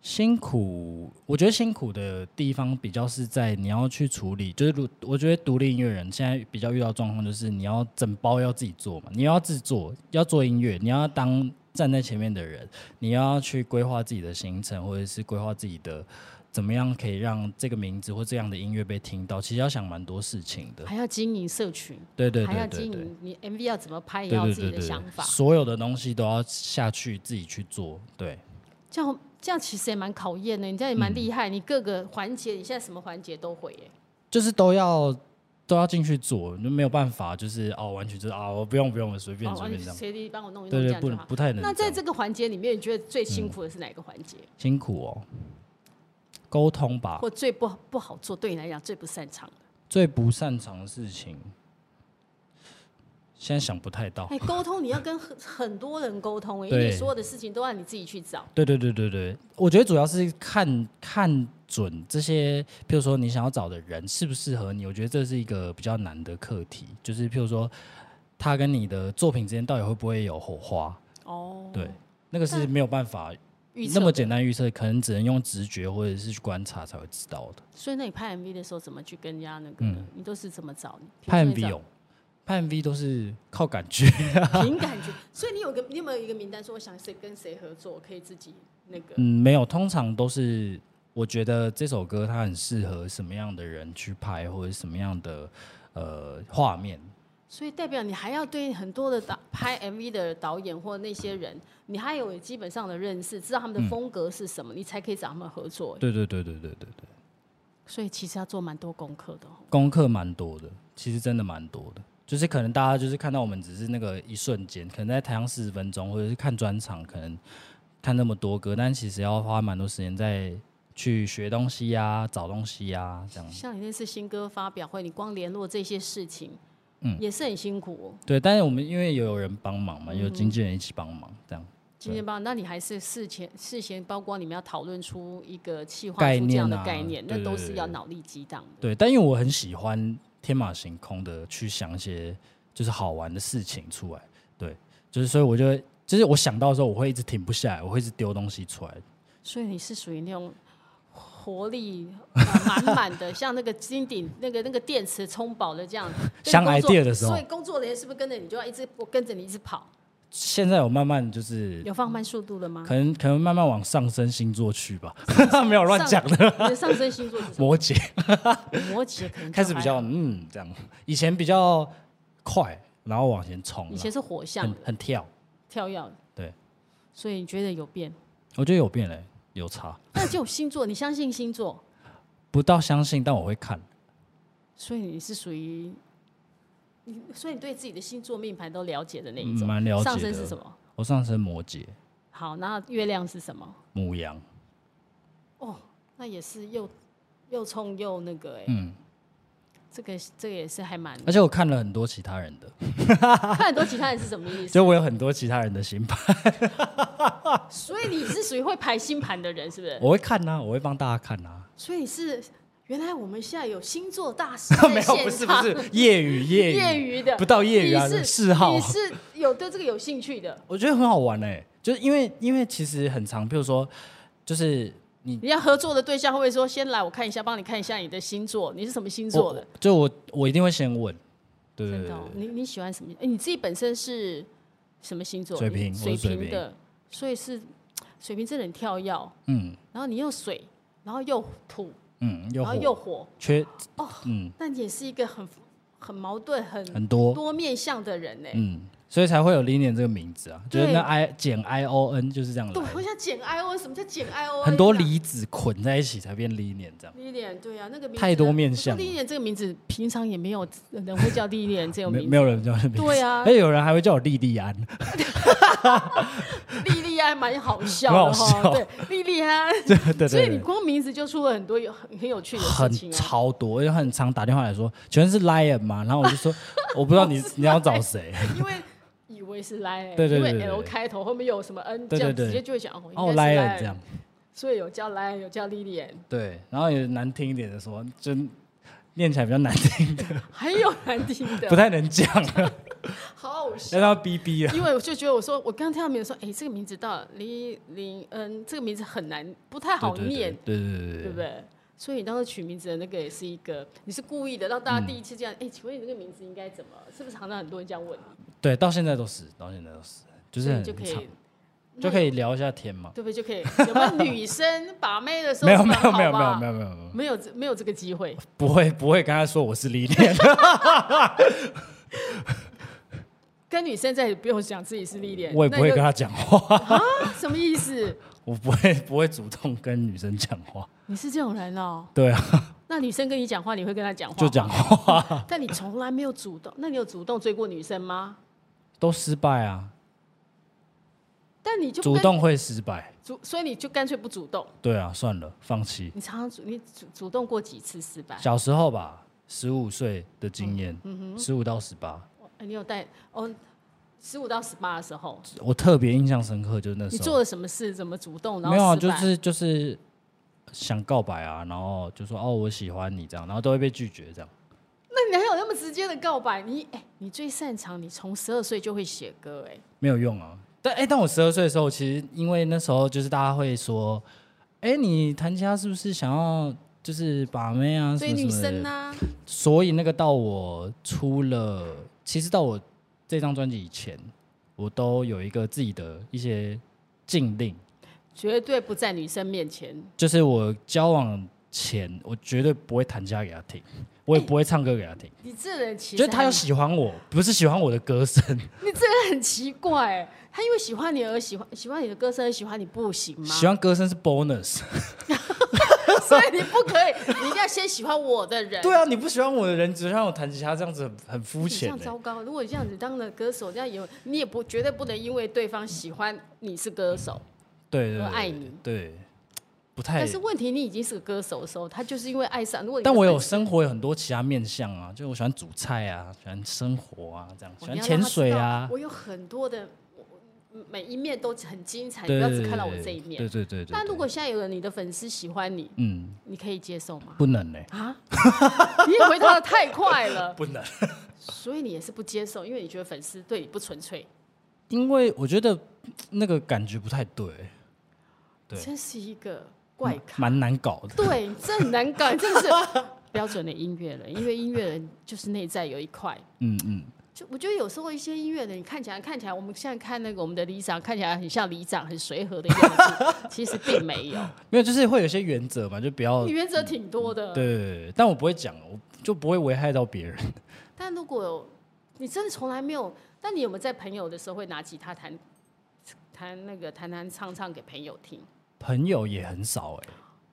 Speaker 2: 辛苦，我觉得辛苦的地方比较是在你要去处理，就是如我觉得独立音乐人现在比较遇到状况就是你要整包要自己做嘛，你要自己做，要做音乐，你要当站在前面的人，你要去规划自己的行程，或者是规划自己的怎么样可以让这个名字或这样的音乐被听到，其实要想蛮多事情的，
Speaker 1: 还要经营社群，
Speaker 2: 对对
Speaker 1: 嗯还
Speaker 2: 对
Speaker 1: 要
Speaker 2: 对
Speaker 1: 经
Speaker 2: 对。
Speaker 1: 营你 MV 要怎么拍，也
Speaker 2: 对
Speaker 1: 要
Speaker 2: 对
Speaker 1: 自己
Speaker 2: 对
Speaker 1: 的
Speaker 2: 对
Speaker 1: 想，法。
Speaker 2: 所有的东西都要下去自己去做，对，
Speaker 1: 这样这样其实也蛮考验的，你这样也
Speaker 2: 嗯
Speaker 1: 蛮厉害，你各个环节你现在什么环节都会耶。
Speaker 2: 就是都要都要进去做，就没有办法，就是哦，完全就是啊，我不用不用，我随便
Speaker 1: 哦，
Speaker 2: 随
Speaker 1: 完
Speaker 2: 便这
Speaker 1: 全
Speaker 2: 样，
Speaker 1: 谁哦你帮我弄一弄这
Speaker 2: 对对，
Speaker 1: 样
Speaker 2: 不
Speaker 1: 就
Speaker 2: 能
Speaker 1: 好。
Speaker 2: 不太能样。
Speaker 1: 那在这个环节里面，你觉得最辛苦的是哪个环节，
Speaker 2: 辛苦哦，沟通吧，
Speaker 1: 或最不不好做？对你来讲最不擅长的？
Speaker 2: 最不擅长的事情，现在想不太到。
Speaker 1: 哎，沟通你要跟很很多人沟通哎，因
Speaker 2: 哦对
Speaker 1: 为你所有的事情都要你自己去找。
Speaker 2: 对对对对对，我觉得主要是看看准这些，譬如说你想要找的人适不适合你，我觉得这是一个比较难的课题，就是譬如说他跟你的作品之间到底会不会有火花，
Speaker 1: 哦，
Speaker 2: 对，那个是没有办法
Speaker 1: 预测
Speaker 2: 那么简单预测，可能只能用直觉或者是去观察才会知道的。
Speaker 1: 所以那你拍 MV 的时候怎么去跟人家那个呢？你都是怎么找？
Speaker 2: 嗯拍哦
Speaker 1: 比如
Speaker 2: MV
Speaker 1: 说
Speaker 2: 有，拍 MV 都是靠感觉。
Speaker 1: 你找 凭感觉。所以你有个你有没有一个名单，说我想谁跟谁合作，可以自己那个？
Speaker 2: 嗯，没有，通常都是我觉得这首歌它很适合什么样的人去拍，或者什么样的呃画面。
Speaker 1: 所以代表你还要对很多的导拍 MV 的导演或那些人，你还有基本上的认识，知道他们的风格是什么，你才可以找他们合作。
Speaker 2: 嗯对对对对对对对，
Speaker 1: 所以其实要做蛮多功课的、哦。
Speaker 2: 功课蛮多的，其实真的蛮多的。就是可能大家就是看到我们只是那个一瞬间，可能在台上四十分钟，或者是看专场，可能看那么多歌，但其实要花蛮多时间在去学东西呀、找东西呀、这样。
Speaker 1: 像你那次新歌发表会，你光联络这些事情，
Speaker 2: 嗯
Speaker 1: 也是很辛苦、哦。
Speaker 2: 对，但是我们因为有人帮忙嘛，有经纪人一起帮忙，这样
Speaker 1: 今天吧，那你还是事前事前，包括你们要讨论出一个企划
Speaker 2: 概
Speaker 1: 出这样的
Speaker 2: 念啊
Speaker 1: 概念，
Speaker 2: 对
Speaker 1: 那都
Speaker 2: 对
Speaker 1: 是
Speaker 2: 对
Speaker 1: 要
Speaker 2: 对
Speaker 1: 脑力激荡的。
Speaker 2: 对。但因为我很喜欢天马行空的去想一些就是好玩的事情出来，对，就是所以我就会就是我想到的时候，我会一直停不下来，我会一直丢东西出来。
Speaker 1: 所以你是属于那种活力 呃满满的，像那个金顶那个那个电池充饱了这 样。跟
Speaker 2: 想
Speaker 1: 工作
Speaker 2: idea 的时候
Speaker 1: 所以工作人员是不是跟着你就要一直我跟着你一直跑？
Speaker 2: 现在我慢慢就是
Speaker 1: 有放慢速度了吗？
Speaker 2: 可能可能慢慢往上升星座去吧， 没有乱
Speaker 1: 上
Speaker 2: 讲的。
Speaker 1: 你的上升星座 是什么？
Speaker 2: 摩羯
Speaker 1: 摩羯可能就
Speaker 2: 开始
Speaker 1: 还
Speaker 2: 比较
Speaker 1: 好，
Speaker 2: 嗯这样，以前比较快，然后往前冲
Speaker 1: 以
Speaker 2: 了，
Speaker 1: 前是火象
Speaker 2: 很很跳。
Speaker 1: 跳跃。
Speaker 2: 对，
Speaker 1: 所以你觉得有变？
Speaker 2: 我觉得有变嘞、有差。
Speaker 1: 那就星座，你相信星座，
Speaker 2: 不到相信，但我会看。
Speaker 1: 所以你是属于你，所以你对自己的星座命盘都了解的那一
Speaker 2: 嗯
Speaker 1: 种，
Speaker 2: 蛮了解的
Speaker 1: 上升是什么？
Speaker 2: 我上升摩羯、
Speaker 1: 好，那月亮是什么？
Speaker 2: 母羊，
Speaker 1: 哦，那也是又又冲又那个哎、
Speaker 2: 嗯，
Speaker 1: 这个这个也是还蛮。
Speaker 2: 而且我看了很多其他人的，
Speaker 1: 看很多其他人是什么意思？
Speaker 2: 就我有很多其他人的星盘，
Speaker 1: 所以你是属于会排星盘的人，是不是？
Speaker 2: 我会看呐、我会帮大家看啊呐、
Speaker 1: 所以你是原来我们现在有星座大师在
Speaker 2: 没有，不是
Speaker 1: 现
Speaker 2: 不
Speaker 1: 场
Speaker 2: 是，业余业余
Speaker 1: 业余的，
Speaker 2: 不到业余啊
Speaker 1: 你是
Speaker 2: 嗜好
Speaker 1: 你是有对这个有兴趣的。
Speaker 2: 我觉得很好玩哎、就是因为因为其实很长，譬如说，就是你
Speaker 1: 人家合作的对象会不会说：“先来，我看一下，帮你看一下你的星座，你是什么星座的
Speaker 2: 我就我我一定会先问，？”对对
Speaker 1: 真
Speaker 2: 对
Speaker 1: 的
Speaker 2: 对
Speaker 1: 哦，你你喜欢什么？哎，你自己本身是什么星座？
Speaker 2: 水瓶
Speaker 1: 你
Speaker 2: 我
Speaker 1: 水
Speaker 2: 是水
Speaker 1: 瓶的，所以是水瓶真的很跳跃。
Speaker 2: 嗯
Speaker 1: 然后你又水，然后又土，
Speaker 2: 嗯，又
Speaker 1: 然后
Speaker 2: 火
Speaker 1: 又火，
Speaker 2: 缺
Speaker 1: 哦
Speaker 2: 嗯
Speaker 1: 那你也是一个很很矛盾、很
Speaker 2: 很多
Speaker 1: 多面向的人呢。欸
Speaker 2: 嗯，所以才会有 Linian 这个名字啊，就是
Speaker 1: 对
Speaker 2: 那 I 减 I O N 就是这样
Speaker 1: 对
Speaker 2: 来，的
Speaker 1: 我，想减 I O，什么叫哦减 I O？
Speaker 2: 很多离子捆在一起才变 Linian 这样。
Speaker 1: 历练，对啊，那个名字
Speaker 2: 太多面向了
Speaker 1: 历练这个名字，平常也没有人会叫历练这种
Speaker 2: 没
Speaker 1: 名
Speaker 2: 没
Speaker 1: 字。
Speaker 2: 有人叫这名字，
Speaker 1: 对啊
Speaker 2: 而且有人还会叫我莉莉安，
Speaker 1: 莉莉安蛮好笑的哈，
Speaker 2: 很好笑
Speaker 1: 对，莉莉安。
Speaker 2: 对对
Speaker 1: 所以你
Speaker 2: 对，
Speaker 1: 光名字就出了很多有很很有趣的事
Speaker 2: 很
Speaker 1: 情啊。
Speaker 2: 超多，因为很常打电话来说，全是 Lion 嘛，然后我就说我不知道你你要 找谁，
Speaker 1: 因为以为是 Lion，
Speaker 2: 对对
Speaker 1: 因
Speaker 2: 对
Speaker 1: 为
Speaker 2: 对
Speaker 1: L 开头后面有什么 N，这
Speaker 2: 对
Speaker 1: 样
Speaker 2: 对对
Speaker 1: 直接就会想哦，
Speaker 2: 哦
Speaker 1: 应该是
Speaker 2: Lion 这样，
Speaker 1: 所以有叫 Lion，有叫莉莉安，
Speaker 2: 对，然后也难听一点的说，就念起来比较难听的，
Speaker 1: 还有难听 的，
Speaker 2: 不太 能讲，
Speaker 1: 啊好好笑。
Speaker 2: 要到 BB 了。
Speaker 1: 因为我就觉得我说我刚刚听到名字说，哎、这个名字到李林恩，这个名字很难，不太好
Speaker 2: 对对
Speaker 1: 念，
Speaker 2: 对对对对
Speaker 1: 对不对？所以你当时取名字的那个也是一个，你是故意的让大
Speaker 2: 嗯
Speaker 1: 家第一次这样，哎、请问你这个名字应该怎么？是不是常常很多人这样问你？
Speaker 2: 对，到现在都是，到现在都是，就是
Speaker 1: 所以
Speaker 2: 很
Speaker 1: 你就可
Speaker 2: 长
Speaker 1: 以，
Speaker 2: 就可以聊一下天嘛。
Speaker 1: 对不对？就可以有没有女生把妹的时候
Speaker 2: 没有
Speaker 1: 是
Speaker 2: 没
Speaker 1: 蛮
Speaker 2: 有
Speaker 1: 好
Speaker 2: 没有没有
Speaker 1: 吧
Speaker 2: 没有没有没有，
Speaker 1: 没有这没有这个机会。
Speaker 2: 不会不会跟他说我是李念，
Speaker 1: 跟女生在也不用讲自己是历练，
Speaker 2: 我也不会跟
Speaker 1: 那
Speaker 2: 他讲话，
Speaker 1: 你就什么意思？
Speaker 2: 我不会不会主动跟女生讲话。
Speaker 1: 你是这种人哦？
Speaker 2: 对啊，
Speaker 1: 那女生跟你讲话，你会跟她讲话？
Speaker 2: 就 讲。话
Speaker 1: 但你从来没有主动，那你有主动追过女生吗？
Speaker 2: 都失败啊，
Speaker 1: 但你就
Speaker 2: 主
Speaker 1: 干
Speaker 2: 动会失败。
Speaker 1: 主，所以你就干脆不主动。
Speaker 2: 对啊，算了，放弃。
Speaker 1: 你常常主你主主动过几次失败？
Speaker 2: 小时候吧，十五岁的经验，十五到十八，
Speaker 1: 哎你有带哦，十五到十八的时候，
Speaker 2: 我特别印象深刻，就是那
Speaker 1: 你
Speaker 2: 时
Speaker 1: 做
Speaker 2: 候
Speaker 1: 了什么事？怎么主动？然
Speaker 2: 没有
Speaker 1: 后
Speaker 2: 啊，
Speaker 1: 失
Speaker 2: 就
Speaker 1: 败？
Speaker 2: 是就是想告白啊，然后就说哦我喜欢你这样，然后都会被拒绝这样。
Speaker 1: 那 你还有那么直接的告白？你哎、你最擅长，你从十二岁就会写歌哎、
Speaker 2: 没有用啊。但哎、但我十二岁的时候，其实因为那时候就是大家会说，哎、你弹吉他是不是想要就是把妹啊什
Speaker 1: 所以
Speaker 2: 么
Speaker 1: 女
Speaker 2: 什么的？
Speaker 1: 生呢、
Speaker 2: 所以那个到我出了，其实到我这张专辑以前，我都有一个自己的一些禁令，
Speaker 1: 绝对不在女生面前。
Speaker 2: 就是我交往前，我绝对不会弹吉他给他听，我
Speaker 1: 哎
Speaker 2: 也不会唱歌给他听，
Speaker 1: 你这人其
Speaker 2: 就
Speaker 1: 实
Speaker 2: 是他要
Speaker 1: 很
Speaker 2: 喜欢我，不是喜欢我的歌声，
Speaker 1: 你这人很奇怪、哎他因为喜欢你而喜欢喜欢你的歌声，而喜欢你不行吗？
Speaker 2: 喜欢歌声是 bonus。
Speaker 1: 所以你不可以，你一定要先喜欢我的人。
Speaker 2: 对啊，你不喜欢我的人，只让我弹吉他，这样子很很肤
Speaker 1: 你这
Speaker 2: 浅、
Speaker 1: 样
Speaker 2: 欸。
Speaker 1: 糟糕。如果你这样子当了歌手，这样有你也不绝对不能因为对方喜欢你是歌手，
Speaker 2: 对对对，
Speaker 1: 我爱你
Speaker 2: 对，不太
Speaker 1: 但。是问题你已经是个歌手的时候，他就是因为爱上。如果你
Speaker 2: 哎但
Speaker 1: 是
Speaker 2: 我有
Speaker 1: 粉丝
Speaker 2: 生活有很多其他面向啊，就我喜欢煮菜啊，喜欢生活啊，这样
Speaker 1: 我
Speaker 2: 喜
Speaker 1: 一
Speaker 2: 欢
Speaker 1: 哦定要让
Speaker 2: 潜
Speaker 1: 他知
Speaker 2: 水
Speaker 1: 道
Speaker 2: 啊，
Speaker 1: 我有很多的，我我每一面都很精彩，你
Speaker 2: 对
Speaker 1: 不要
Speaker 2: 对对
Speaker 1: 只
Speaker 2: 对
Speaker 1: 看到我这一面
Speaker 2: 对。对对对。
Speaker 1: 但如
Speaker 2: 对
Speaker 1: 果现在有了你的粉丝喜欢你，
Speaker 2: 嗯
Speaker 1: 你可以接受吗？
Speaker 2: 不能呢、欸
Speaker 1: 啊，你也回答的太快 了，
Speaker 2: 不能，
Speaker 1: 所以你也是不接受，因为你觉得粉丝对你不纯粹，
Speaker 2: 因为我觉得那个感觉不太对，对嗯
Speaker 1: 真是一个怪咖。
Speaker 2: 蛮难搞的。
Speaker 1: 对，这很难搞，这是标准的音乐人，因为音乐人就是内在有一块。
Speaker 2: 嗯嗯，
Speaker 1: 就我觉得有时候一些音乐人，你看起来看起来，我们现在看那个我们的里长，看起来很像里长，很随和的样 子，其实并没有。
Speaker 2: 没有，就是会有一些原则嘛，就不要。对
Speaker 1: 原则挺多的，
Speaker 2: 哦嗯对对对，但我不会讲，我就不会危害到别人。
Speaker 1: 但如果有你真的从来没有，但你有没有在朋友的时候会拿吉他弹弹那个弹弹唱唱给朋友听。
Speaker 2: 朋友也很少哎、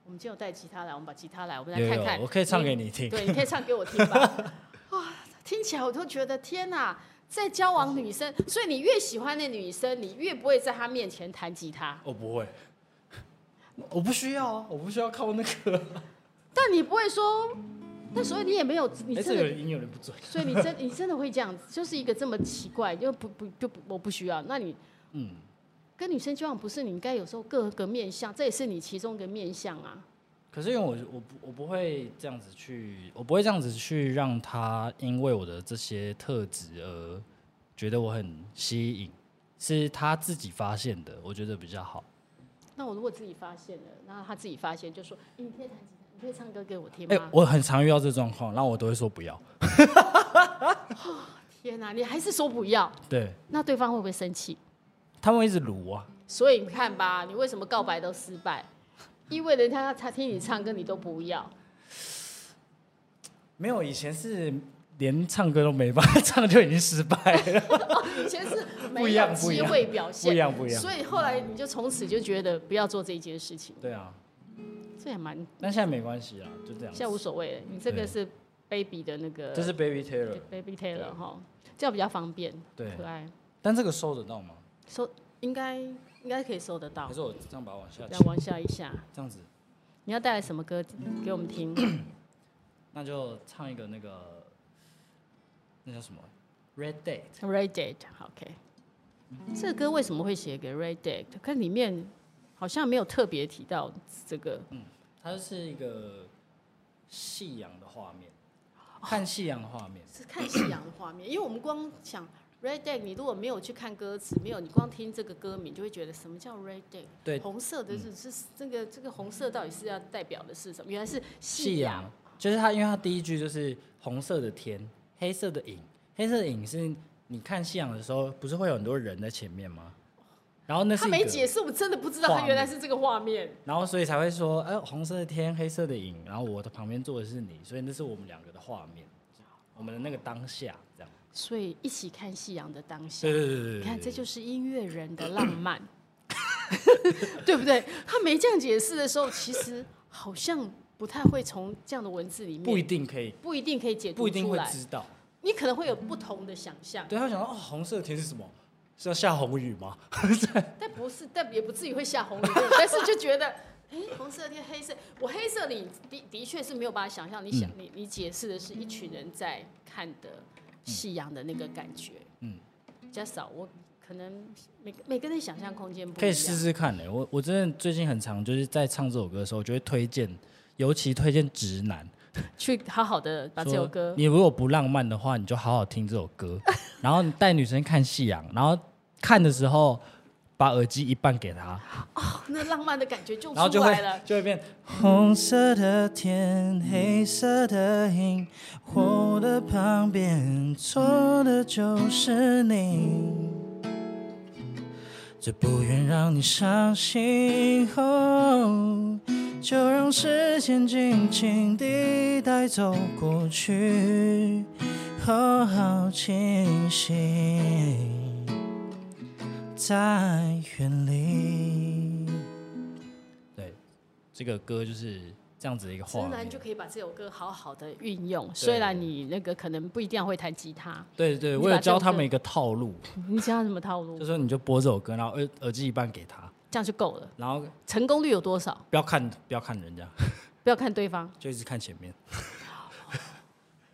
Speaker 1: 我们今天有带吉他来，我们把吉他来，我们
Speaker 2: 有
Speaker 1: 来看看。
Speaker 2: 有，我可以唱给你听。
Speaker 1: 对，你可以唱给我听吧。 哇，听起来我都觉得天哪、在交往女生，所以你越喜欢那女生，你越不会在她面前弹吉他。
Speaker 2: 我不会，我不需要啊，我不需要靠那个。
Speaker 1: 但你不会说，那时候你也没有，你
Speaker 2: 哎，
Speaker 1: 真
Speaker 2: 这有
Speaker 1: 的，
Speaker 2: 点音有点不准。
Speaker 1: 所以你真 你真的会这样子，就是一个这么奇怪，就不不就不我不需要。那你
Speaker 2: 嗯，
Speaker 1: 跟女生交往，不是你应该有时候各个面相，这也是你其中一个面相啊。
Speaker 2: 可是因为我我不我不会这样子去，我不会这样子去让他因为我的这些特质而觉得我很吸引，是他自己发现的，我觉得比较好。
Speaker 1: 那我如果自己发现了，那他自己发现就说，欸你可以弹吉他，你可以唱歌给我听
Speaker 2: 哎、
Speaker 1: 吗？
Speaker 2: 我很常遇到这状况，然后我都会说不要。
Speaker 1: 天哪、你还是说不要，
Speaker 2: 对
Speaker 1: 那对方会不会生气？
Speaker 2: 他们会一直撸啊，
Speaker 1: 所以你看吧，你为什么告白都失败？因为人家他听你唱歌，你都不要。
Speaker 2: 没有以前是连唱歌都没办法唱就已经失败了，
Speaker 1: 以前是
Speaker 2: 不
Speaker 1: 没
Speaker 2: 一
Speaker 1: 有
Speaker 2: 样不一
Speaker 1: 机
Speaker 2: 样
Speaker 1: 会表
Speaker 2: 不一
Speaker 1: 现，
Speaker 2: 样不一样。
Speaker 1: 所以后来你就从此就觉得不要做这一件事情，
Speaker 2: 对啊，
Speaker 1: 这也蛮
Speaker 2: 但现在没关系啊，就这样
Speaker 1: 现在
Speaker 2: 子。
Speaker 1: 无所谓了。你这个是 baby 的那个，
Speaker 2: 这是 Baby Taylor，
Speaker 1: baby Taylor 哈，这样比较方便，
Speaker 2: 对
Speaker 1: 可，爱，
Speaker 2: 但这个收得到吗？
Speaker 1: 收应该应该可以收得到
Speaker 2: 还。是我这样把它往下
Speaker 1: 来
Speaker 2: 切，
Speaker 1: 往下一下，
Speaker 2: 这样子，
Speaker 1: 你要带来什么歌给我们听？
Speaker 2: 那就唱一个那个，那叫什么？Red Day。
Speaker 1: Ray Dead，好 OK。这个歌为什么会写给 Ray Dead？看里面好像没有特别提到这个，
Speaker 2: 它是一个夕阳的画面，
Speaker 1: 哦
Speaker 2: 看夕阳的画面。
Speaker 1: 是看夕阳的画面。因为我们光想 Ray Dead，你如果没有去看歌词，没有你光听这个歌名，就会觉得什么叫 Ray Dead？
Speaker 2: 对，嗯
Speaker 1: 红色的是、是这个这个红色到底是要代表的是什么？原来是
Speaker 2: 夕
Speaker 1: 阳。
Speaker 2: 阳就是它，因为它第一句就是红色的天，黑色的影，黑色的影是你看夕阳的时候，不是会有很多人在前面吗？然后那是
Speaker 1: 他
Speaker 2: 一
Speaker 1: 没
Speaker 2: 个
Speaker 1: 解释，我真的不知道
Speaker 2: 画
Speaker 1: 他原
Speaker 2: 面
Speaker 1: 来是这个画面。
Speaker 2: 然后所以才会说，呃，红色的天，黑色的影，然后我的旁边坐的是你，所以那是我们两个的画面，我们的那个当下这样。
Speaker 1: 所以一起看夕阳的当下
Speaker 2: 对，对对对
Speaker 1: 你
Speaker 2: 对，
Speaker 1: 看，这就是音乐人的浪 漫，对不对？他没这样解释的时候，其实好像不太会从这样的文字里面
Speaker 2: 不一定可以，
Speaker 1: 不一定可以解
Speaker 2: 不
Speaker 1: 读
Speaker 2: 一定
Speaker 1: 出
Speaker 2: 会
Speaker 1: 来，
Speaker 2: 知道。
Speaker 1: 你可能会有不同的想象，
Speaker 2: 对，他会想说，哦，红色的天是什么？是要下红雨吗？
Speaker 1: 但不是，但也不至于会下红雨，对不对但是就觉得。 哎，红色的天，黑色，我黑色的影的的确是没有办法想象。你想，
Speaker 2: 嗯
Speaker 1: 你你解释的是一群人在看的夕阳的那个感觉。嗯
Speaker 2: 嗯，
Speaker 1: 比较少，我可能每个每个人的想象空间不一样。
Speaker 2: 可以试试看呢、我我真的最近很常就是在唱这首歌的时候，我就会推荐，尤其推荐直男，
Speaker 1: 去好好的把这首
Speaker 2: 说
Speaker 1: 歌，
Speaker 2: 你如果不浪漫的话，你就好好听这首歌，然后你带女生看夕阳，然后看的时候把耳机一半给她，
Speaker 1: 那浪漫的感觉就
Speaker 2: 然后
Speaker 1: 出
Speaker 2: 就会
Speaker 1: 来了。
Speaker 2: 就会变红色的天，黑色的影，我的旁边坐的就是你，最不愿让你伤心后，就让时间静静地带走过去，哦，好清醒，在远离。对，这个歌就是这样子的一个
Speaker 1: 直
Speaker 2: 画
Speaker 1: 男
Speaker 2: 面
Speaker 1: 就。可以把这首歌好好的运用，虽然你那个可能不一定要会弹吉他，
Speaker 2: 对对，
Speaker 1: 你
Speaker 2: 我有
Speaker 1: 把这首
Speaker 2: 教他
Speaker 1: 歌
Speaker 2: 们一个套路，
Speaker 1: 你知道什么套路
Speaker 2: 就，说你就播这首歌，然后耳耳机一半给他，
Speaker 1: 这样就够了。
Speaker 2: 然后
Speaker 1: 成功率有多少？
Speaker 2: 不要看不要看人家，
Speaker 1: 不要看对方，
Speaker 2: 就一直看前面。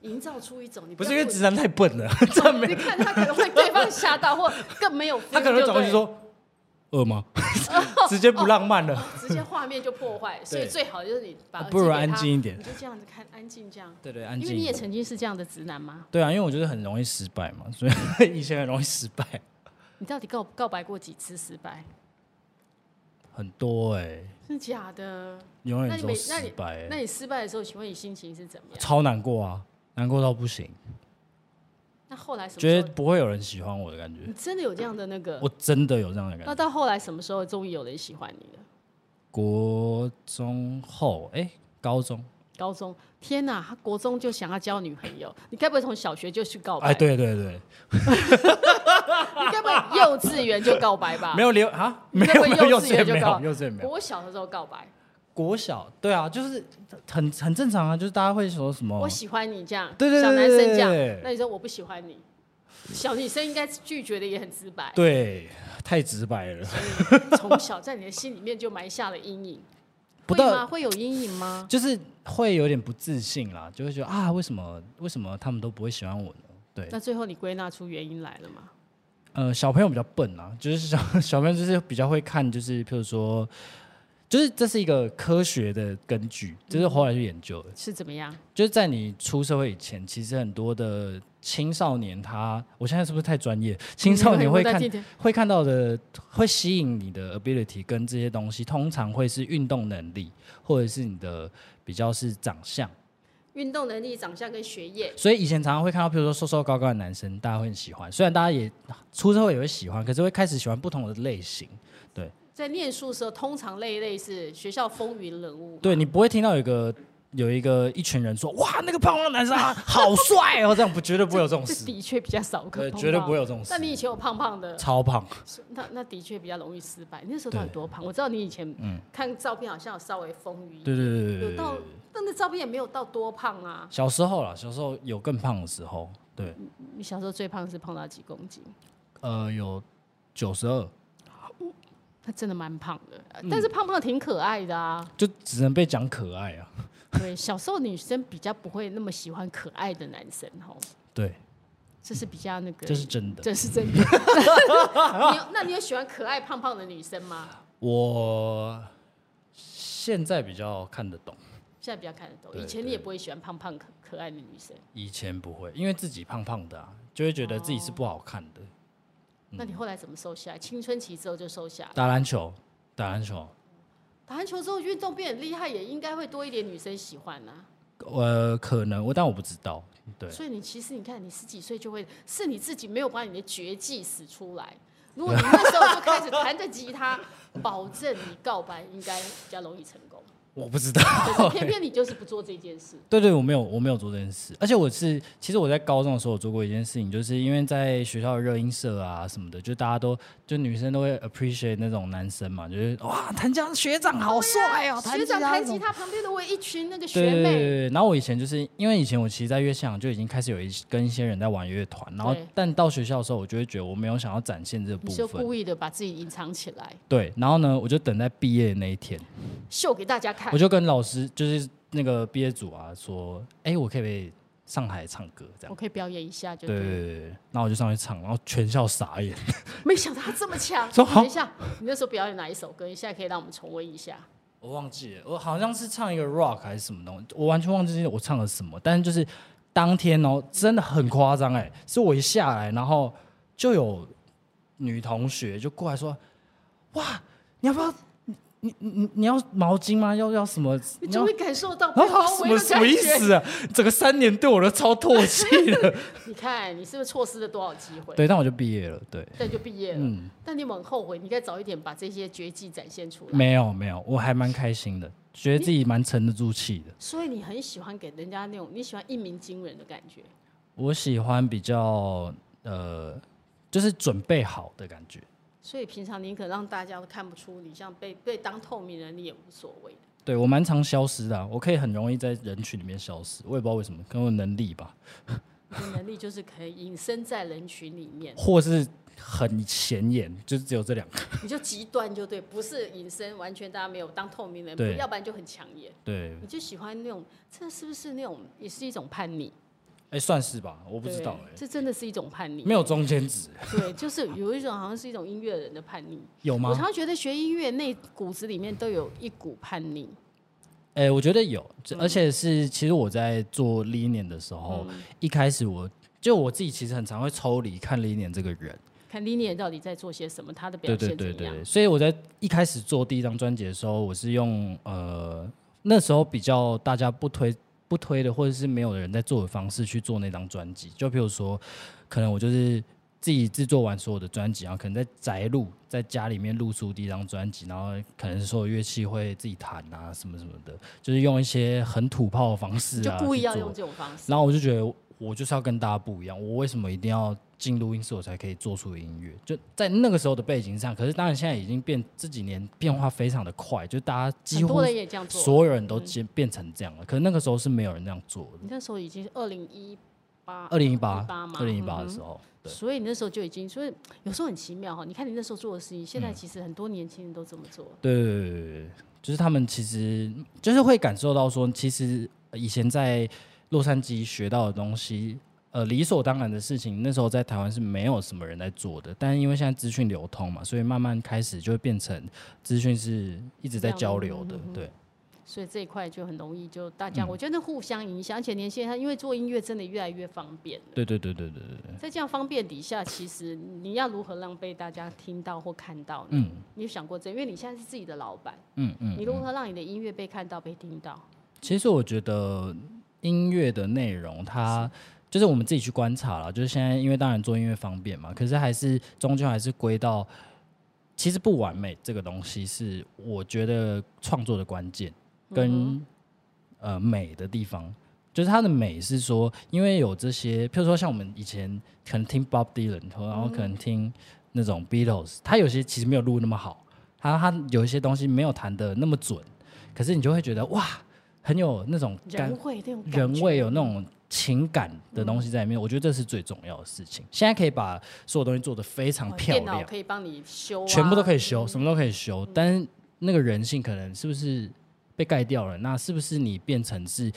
Speaker 1: 营造出一种你
Speaker 2: 不是
Speaker 1: 要
Speaker 2: 因为直男太笨了，
Speaker 1: 你看他可能会对方吓到，或更没有 feel，
Speaker 2: 他可能会
Speaker 1: 对不
Speaker 2: 转过
Speaker 1: 对
Speaker 2: 去说：“饿吗？” 直接不浪漫了，
Speaker 1: 直接画面就破 坏，所以
Speaker 2: 对
Speaker 1: 最好就是你把
Speaker 2: 啊
Speaker 1: 耳机
Speaker 2: 不如
Speaker 1: 给
Speaker 2: 安
Speaker 1: 他
Speaker 2: 静一点
Speaker 1: 你就这样子看，安静这样。
Speaker 2: 对对，安
Speaker 1: 因为你也
Speaker 2: 静。
Speaker 1: 曾经是这样的直男吗？
Speaker 2: 对啊，因为我就是很容易失败嘛，所以 以前很容易失败，
Speaker 1: 你到底告告白过几次失败？
Speaker 2: 很多哎、
Speaker 1: 真的假的？
Speaker 2: 永
Speaker 1: 那
Speaker 2: 远
Speaker 1: 你
Speaker 2: 都
Speaker 1: 每
Speaker 2: 失
Speaker 1: 那你
Speaker 2: 败、
Speaker 1: 那
Speaker 2: 欸，
Speaker 1: 你失败的时候，请问你心情是怎么样？
Speaker 2: 超难过啊，难过到不行，
Speaker 1: 那后来什么
Speaker 2: 觉
Speaker 1: 时候
Speaker 2: 得？不会有人喜欢我的感觉
Speaker 1: 你。真的有这样的那个
Speaker 2: 我？真的有这样的感
Speaker 1: 那
Speaker 2: 觉。
Speaker 1: 到后来什么时候终于有人喜欢你了？
Speaker 2: 国中后，哎、高中
Speaker 1: 高中，天哪，他国中就想要交女朋友，你该不会从小学就去告白？
Speaker 2: 哎，对对对，
Speaker 1: 你该不会幼稚园就告白吧？
Speaker 2: 没有留啊，
Speaker 1: 你
Speaker 2: 没
Speaker 1: 该
Speaker 2: 有
Speaker 1: 不会
Speaker 2: 没有
Speaker 1: 幼
Speaker 2: 幼
Speaker 1: 稚
Speaker 2: 稚
Speaker 1: 园
Speaker 2: 园
Speaker 1: 就
Speaker 2: 没
Speaker 1: 告
Speaker 2: 有
Speaker 1: 白
Speaker 2: 幼稚园没有。
Speaker 1: 我小的时候告白，
Speaker 2: 国小对啊，就是很很正常啊，就是大家会说什么
Speaker 1: 我喜欢你这样，
Speaker 2: 对对对对
Speaker 1: 小男生这
Speaker 2: 对对
Speaker 1: 样
Speaker 2: 对，
Speaker 1: 那你说我不喜欢你，小女生应该拒绝的也很直白。
Speaker 2: 对，太直白了，
Speaker 1: 从小在你的心里面就埋下了阴影，
Speaker 2: 不
Speaker 1: 会
Speaker 2: 到
Speaker 1: 吗？会有阴影吗？
Speaker 2: 就是会有点不自信啦，就会觉得啊，为什么为什么他们都不会喜欢我呢？对，
Speaker 1: 那最后你归纳出原因来了吗？
Speaker 2: 呃，小朋友比较笨啊，就是小 小朋友就是比较会看，就是譬如说，就是这是一个科学的根据，就是后来去研究的，
Speaker 1: 是怎么样？
Speaker 2: 就是在你出社会以前，其实很多的青少年他，我现在是不是太专业？青少年会
Speaker 1: 在
Speaker 2: 看
Speaker 1: 地铁
Speaker 2: 会看到的，会吸引你的呃 ability 跟这些东西，通常会是运动能力，或者是你的比较是长相。
Speaker 1: 运动能力、长相跟学业，
Speaker 2: 所以以前常常会看到，比如说瘦瘦高高的男生，大家会很喜欢。虽然大家也出社会也会喜欢，可是会开始喜欢不同的类型。
Speaker 1: 在念书的时候，通常类类是学校风云人物。
Speaker 2: 对你不会听到有一个有一个一群人说：“哇，那个胖胖的男生啊，好帅哦！”这样不绝对不会有这种
Speaker 1: 这
Speaker 2: 事，
Speaker 1: 的确比较少可
Speaker 2: 对，
Speaker 1: 碰
Speaker 2: 绝对
Speaker 1: 到
Speaker 2: 不会。有这种事
Speaker 1: 那。你以前有胖胖的，
Speaker 2: 超胖，
Speaker 1: 是那那的确比较容易失败。你那时候到底多胖？我知道你以前看照片好像有稍微丰腴一点，
Speaker 2: 嗯对对对对对
Speaker 1: 有
Speaker 2: 对。
Speaker 1: 到，但那照片也没有到多胖啊。
Speaker 2: 小时候啦，小时候有更胖的时候，对，
Speaker 1: 你小时候最胖是胖到几公斤？
Speaker 2: 呃，有九十二，
Speaker 1: 他真的蛮胖的，呃
Speaker 2: 嗯
Speaker 1: 但是胖胖挺可爱的啊。
Speaker 2: 就只能被讲可爱啊。
Speaker 1: 对，小时候女生比较不会那么喜欢可爱的男生吼，
Speaker 2: 对，
Speaker 1: 这是比较那个，
Speaker 2: 这是真的。
Speaker 1: 这是真的。你有那你有喜欢可爱胖胖的女生吗？
Speaker 2: 我现在比较看得懂，
Speaker 1: 现在比较看得懂，
Speaker 2: 对
Speaker 1: 以前你也不会喜欢胖胖可可爱的女生。
Speaker 2: 以前不会，因为自己胖胖的啊，就会觉得自己是不好看的。嗯
Speaker 1: 那你后来怎么瘦下来？青春期之后就瘦下来。
Speaker 2: 打篮球，打篮球，
Speaker 1: 打篮球之后运动变很厉害，也应该会多一点女生喜欢呐、
Speaker 2: 呃，可能我但我不知道，对，
Speaker 1: 所以你其实你看，你十几岁就会，是你自己没有把你的绝技使出 来。如果你那时候就开始弹着吉他，保证你告白应该比较容易成 功。
Speaker 2: 我不知道。
Speaker 1: 可是偏偏你就是不做这件事。
Speaker 2: 对对，我没有，我没有做这件事。而且我是，其实我在高中的时候，我做过一件事情，就是因为在学校的热音社啊什么的，就大家都就女生都会 appreciate 那种男生嘛，就是哇，谭江学长好帅哦，
Speaker 1: 学长哎弹
Speaker 2: 弹
Speaker 1: 吉他旁边的我有一群那个
Speaker 2: 对
Speaker 1: 啊学
Speaker 2: 对对
Speaker 1: 妹，
Speaker 2: 对，然后我以前就是因为以前我其实，在乐项就已经开始有一跟一些人在玩乐团，然后
Speaker 1: 对
Speaker 2: 但到学校的时候，我就会觉得我没有想要展现这个部
Speaker 1: 你就
Speaker 2: 分，
Speaker 1: 故意的把自己隐藏起来，
Speaker 2: 对，然后呢，我就等在毕业的那一天，
Speaker 1: 秀给大家看
Speaker 2: 我。就跟老师就是那个毕业组啊说，哎，我可以去上海唱歌这样
Speaker 1: 我。可以表演一下就
Speaker 2: 对
Speaker 1: 对
Speaker 2: 对
Speaker 1: 了，
Speaker 2: 对对，然后我就上去唱，然后全校傻眼。
Speaker 1: 没想到他这么强。
Speaker 2: 说好
Speaker 1: 等一下，你那时候表演哪一首歌？你现在可以让我们重温一下。
Speaker 2: 我忘记了，我好像是唱一个 rock 还是什么东西，我完全忘记我唱了什么。但是就是当天哦，真的很夸张哎，是我一下来，然后就有女同学就过来说：“哇，你要不要？你你你你要毛巾吗？要要什么？
Speaker 1: 你
Speaker 2: 你
Speaker 1: 终
Speaker 2: 要
Speaker 1: 于感受到被
Speaker 2: 然后
Speaker 1: 包
Speaker 2: 什
Speaker 1: 围
Speaker 2: 么
Speaker 1: 的
Speaker 2: 哦什么
Speaker 1: 感
Speaker 2: 意
Speaker 1: 觉。
Speaker 2: 思啊？整个三年对我都超唾弃的。
Speaker 1: 你看，你是不是错失了多少机会？
Speaker 2: 对，但我就毕业了。对，
Speaker 1: 但就毕业了。
Speaker 2: 嗯
Speaker 1: 但你有没有很后悔，你应该早一点把这些绝技展现出来。
Speaker 2: 没有没有，我还蛮开心的，觉得自己蛮沉得住气的。
Speaker 1: 所以你很喜欢给人家那种你喜欢一鸣惊人的感觉。
Speaker 2: 我喜欢比较呃，就是准备好的感觉。
Speaker 1: 所以平常你可让大家都看不出你，像被被当透明人，你也无所谓。
Speaker 2: 对我蛮常消失的啊、我可以很容易在人群里面消失，我也不知道为什么，可能我能力吧，
Speaker 1: 你的能力就是可以隐身在人群里面，
Speaker 2: 或是很显眼，就是只有这两个。
Speaker 1: 你就极端就对，不是隐身，完全大家没有当透明人，
Speaker 2: 对
Speaker 1: 要不然就很抢眼。
Speaker 2: 对，
Speaker 1: 你就喜欢那种，这是不是那种也是一种叛逆？
Speaker 2: 哎，算是吧，我
Speaker 1: 我
Speaker 2: 不知道哎、
Speaker 1: 这真的是一种叛逆。
Speaker 2: 没有中间值，
Speaker 1: 对，就是有一种好像是一种音乐人的叛逆。
Speaker 2: 有
Speaker 1: 我
Speaker 2: 吗
Speaker 1: 常？常觉得学音乐那骨子里面都有一股叛逆，
Speaker 2: 哎，我觉得有，
Speaker 1: 嗯
Speaker 2: 这而且是其实我在做 l i n e 的时候，一开始我就我自己其实很常会抽离看 l i n e 这个人。
Speaker 1: 看 l i n i a 到底在做些什么，他的表
Speaker 2: 对
Speaker 1: 现
Speaker 2: 对
Speaker 1: 怎么
Speaker 2: 对
Speaker 1: 样？
Speaker 2: 对，所以我在一开始做第一张专辑的时候，我是用呃那时候比较大家不推不推的，或者是没有人在做的方式去做那张专辑。就比如说，可能我就是自己制作完所有的专辑，然后可能在宅录，在家里面录出第一张专辑，然后可能所有乐器会自己弹啊，什么什么的，就是用一些很土炮的方式、啊，
Speaker 1: 就故意要
Speaker 2: 去做
Speaker 1: 用这种方式。
Speaker 2: 然后我就觉得，我就是要跟大家不一样，我为什么一定要进录音室我才可以做出音乐？就在那个时候的背景上，可是当然现在已经变这几年变化非常的快，就大家几
Speaker 1: 很
Speaker 2: 乎
Speaker 1: 多人也这样做。
Speaker 2: 所有人都
Speaker 1: 嗯
Speaker 2: 变变成这样了。可是那个时候是没有人这样做的。
Speaker 1: 你那时候已经二零一八，
Speaker 2: 二零一八，
Speaker 1: 嘛，
Speaker 2: 二零一
Speaker 1: 嗯
Speaker 2: 八的
Speaker 1: 哼
Speaker 2: 时候，对，
Speaker 1: 所以你那时候就已经，所以有时候很奇妙哈、你看你那时候做的事情，现
Speaker 2: 嗯
Speaker 1: 在其实很多年轻人都这么做。
Speaker 2: 对对对对对，就是他们其实就是会感受到说，其实呃以前在洛杉矶学到的东西，呃，理所当然的事情，那时候在台湾是没有什么人在做的。但是因为现在资讯流通嘛，所以慢慢开始就会变成资讯是一直在交流的，对，
Speaker 1: 所以这一块就很容易，就大家、
Speaker 2: 嗯
Speaker 1: 我觉得互相影响，而且年轻人他因为做音乐真的越来越方便，
Speaker 2: 对对对对对对对，
Speaker 1: 在这样方便底下，其实你要如何让被大家听到或看到呢？
Speaker 2: 嗯
Speaker 1: 你有想过这？因为你现在是自己的老板，
Speaker 2: 嗯嗯。
Speaker 1: 你如何让你的音乐被看到、被听到？
Speaker 2: 其实我觉得音乐的内容它。就是我们自己去观察了，就是现在，因为当然做音乐方便嘛，可是还是终究还是归到，其实不完美这个东西是我觉得创作的关键跟、呃美的地方，就是它的美是说，因为有这些，譬如说像我们以前可能听 Bob Dylan，然后可能听那种 Beatles，他有些其实没有录那么好，他他有一些东西没有弹的那么准，可是你就会觉得哇，很有那种感
Speaker 1: 人会那种感
Speaker 2: 人
Speaker 1: 觉
Speaker 2: 味有那种情感的东西在里面，我觉得这是最重要的事情。现在可以把所有东西做得非常
Speaker 1: 哦
Speaker 2: 漂
Speaker 1: 电脑
Speaker 2: 亮，
Speaker 1: 可以嗯帮你修、啊，
Speaker 2: 全部都可以修，什么都可以修，但是那个人性可能是不是被盖掉了？那是不是你变成是，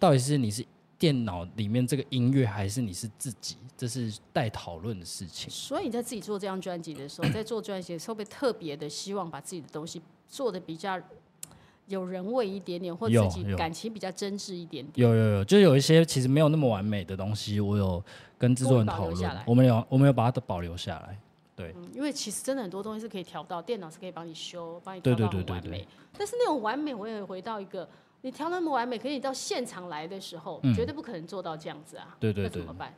Speaker 2: 到底是你是电脑里面这个音乐，还是你是自己？这是待讨论的事情。
Speaker 1: 所以你在自己做这张专辑的时候，在做专辑的时候，会不会特别的希望把自己的东西做的比较有人味一点点，或
Speaker 2: 有
Speaker 1: 自己
Speaker 2: 有
Speaker 1: 感情比较真挚一点点？
Speaker 2: 有有有，就是有一些其实没有那么完美的东西，我有跟制作人讨
Speaker 1: 我们保留下
Speaker 2: 论
Speaker 1: 来，
Speaker 2: 我们有我们有把它保留下来。
Speaker 1: 嗯，因为其实真的很多东西是可以调到，电脑是可以帮你修，帮你调
Speaker 2: 对
Speaker 1: 到
Speaker 2: 对
Speaker 1: 很
Speaker 2: 对
Speaker 1: 完
Speaker 2: 对
Speaker 1: 美。但是那种完美，我也回到一个，你调那么完美，可是你到现场来的时候，绝对不可能做到这样子啊。
Speaker 2: 嗯对对
Speaker 1: 那
Speaker 2: 对
Speaker 1: 怎么办？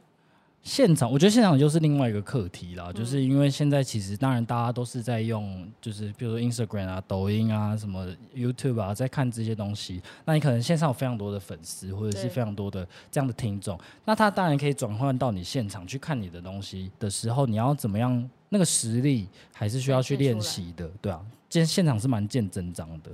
Speaker 2: 现场，我觉得现场就是另外一个课题啦，就是因为现在其实当然大家都是在用，就是比如说 Instagram 啊、抖音啊、什么 YouTube 啊，在看这些东西。那你可能线上有非常多的粉丝，或者是
Speaker 1: 对
Speaker 2: 非常多的这样的听众，那他当然可以转换到你现场去看你的东西的时候，你要怎么样？那个实力还是需要去
Speaker 1: 展现出
Speaker 2: 练
Speaker 1: 来
Speaker 2: 习的，对啊，现现场是蛮见真章的。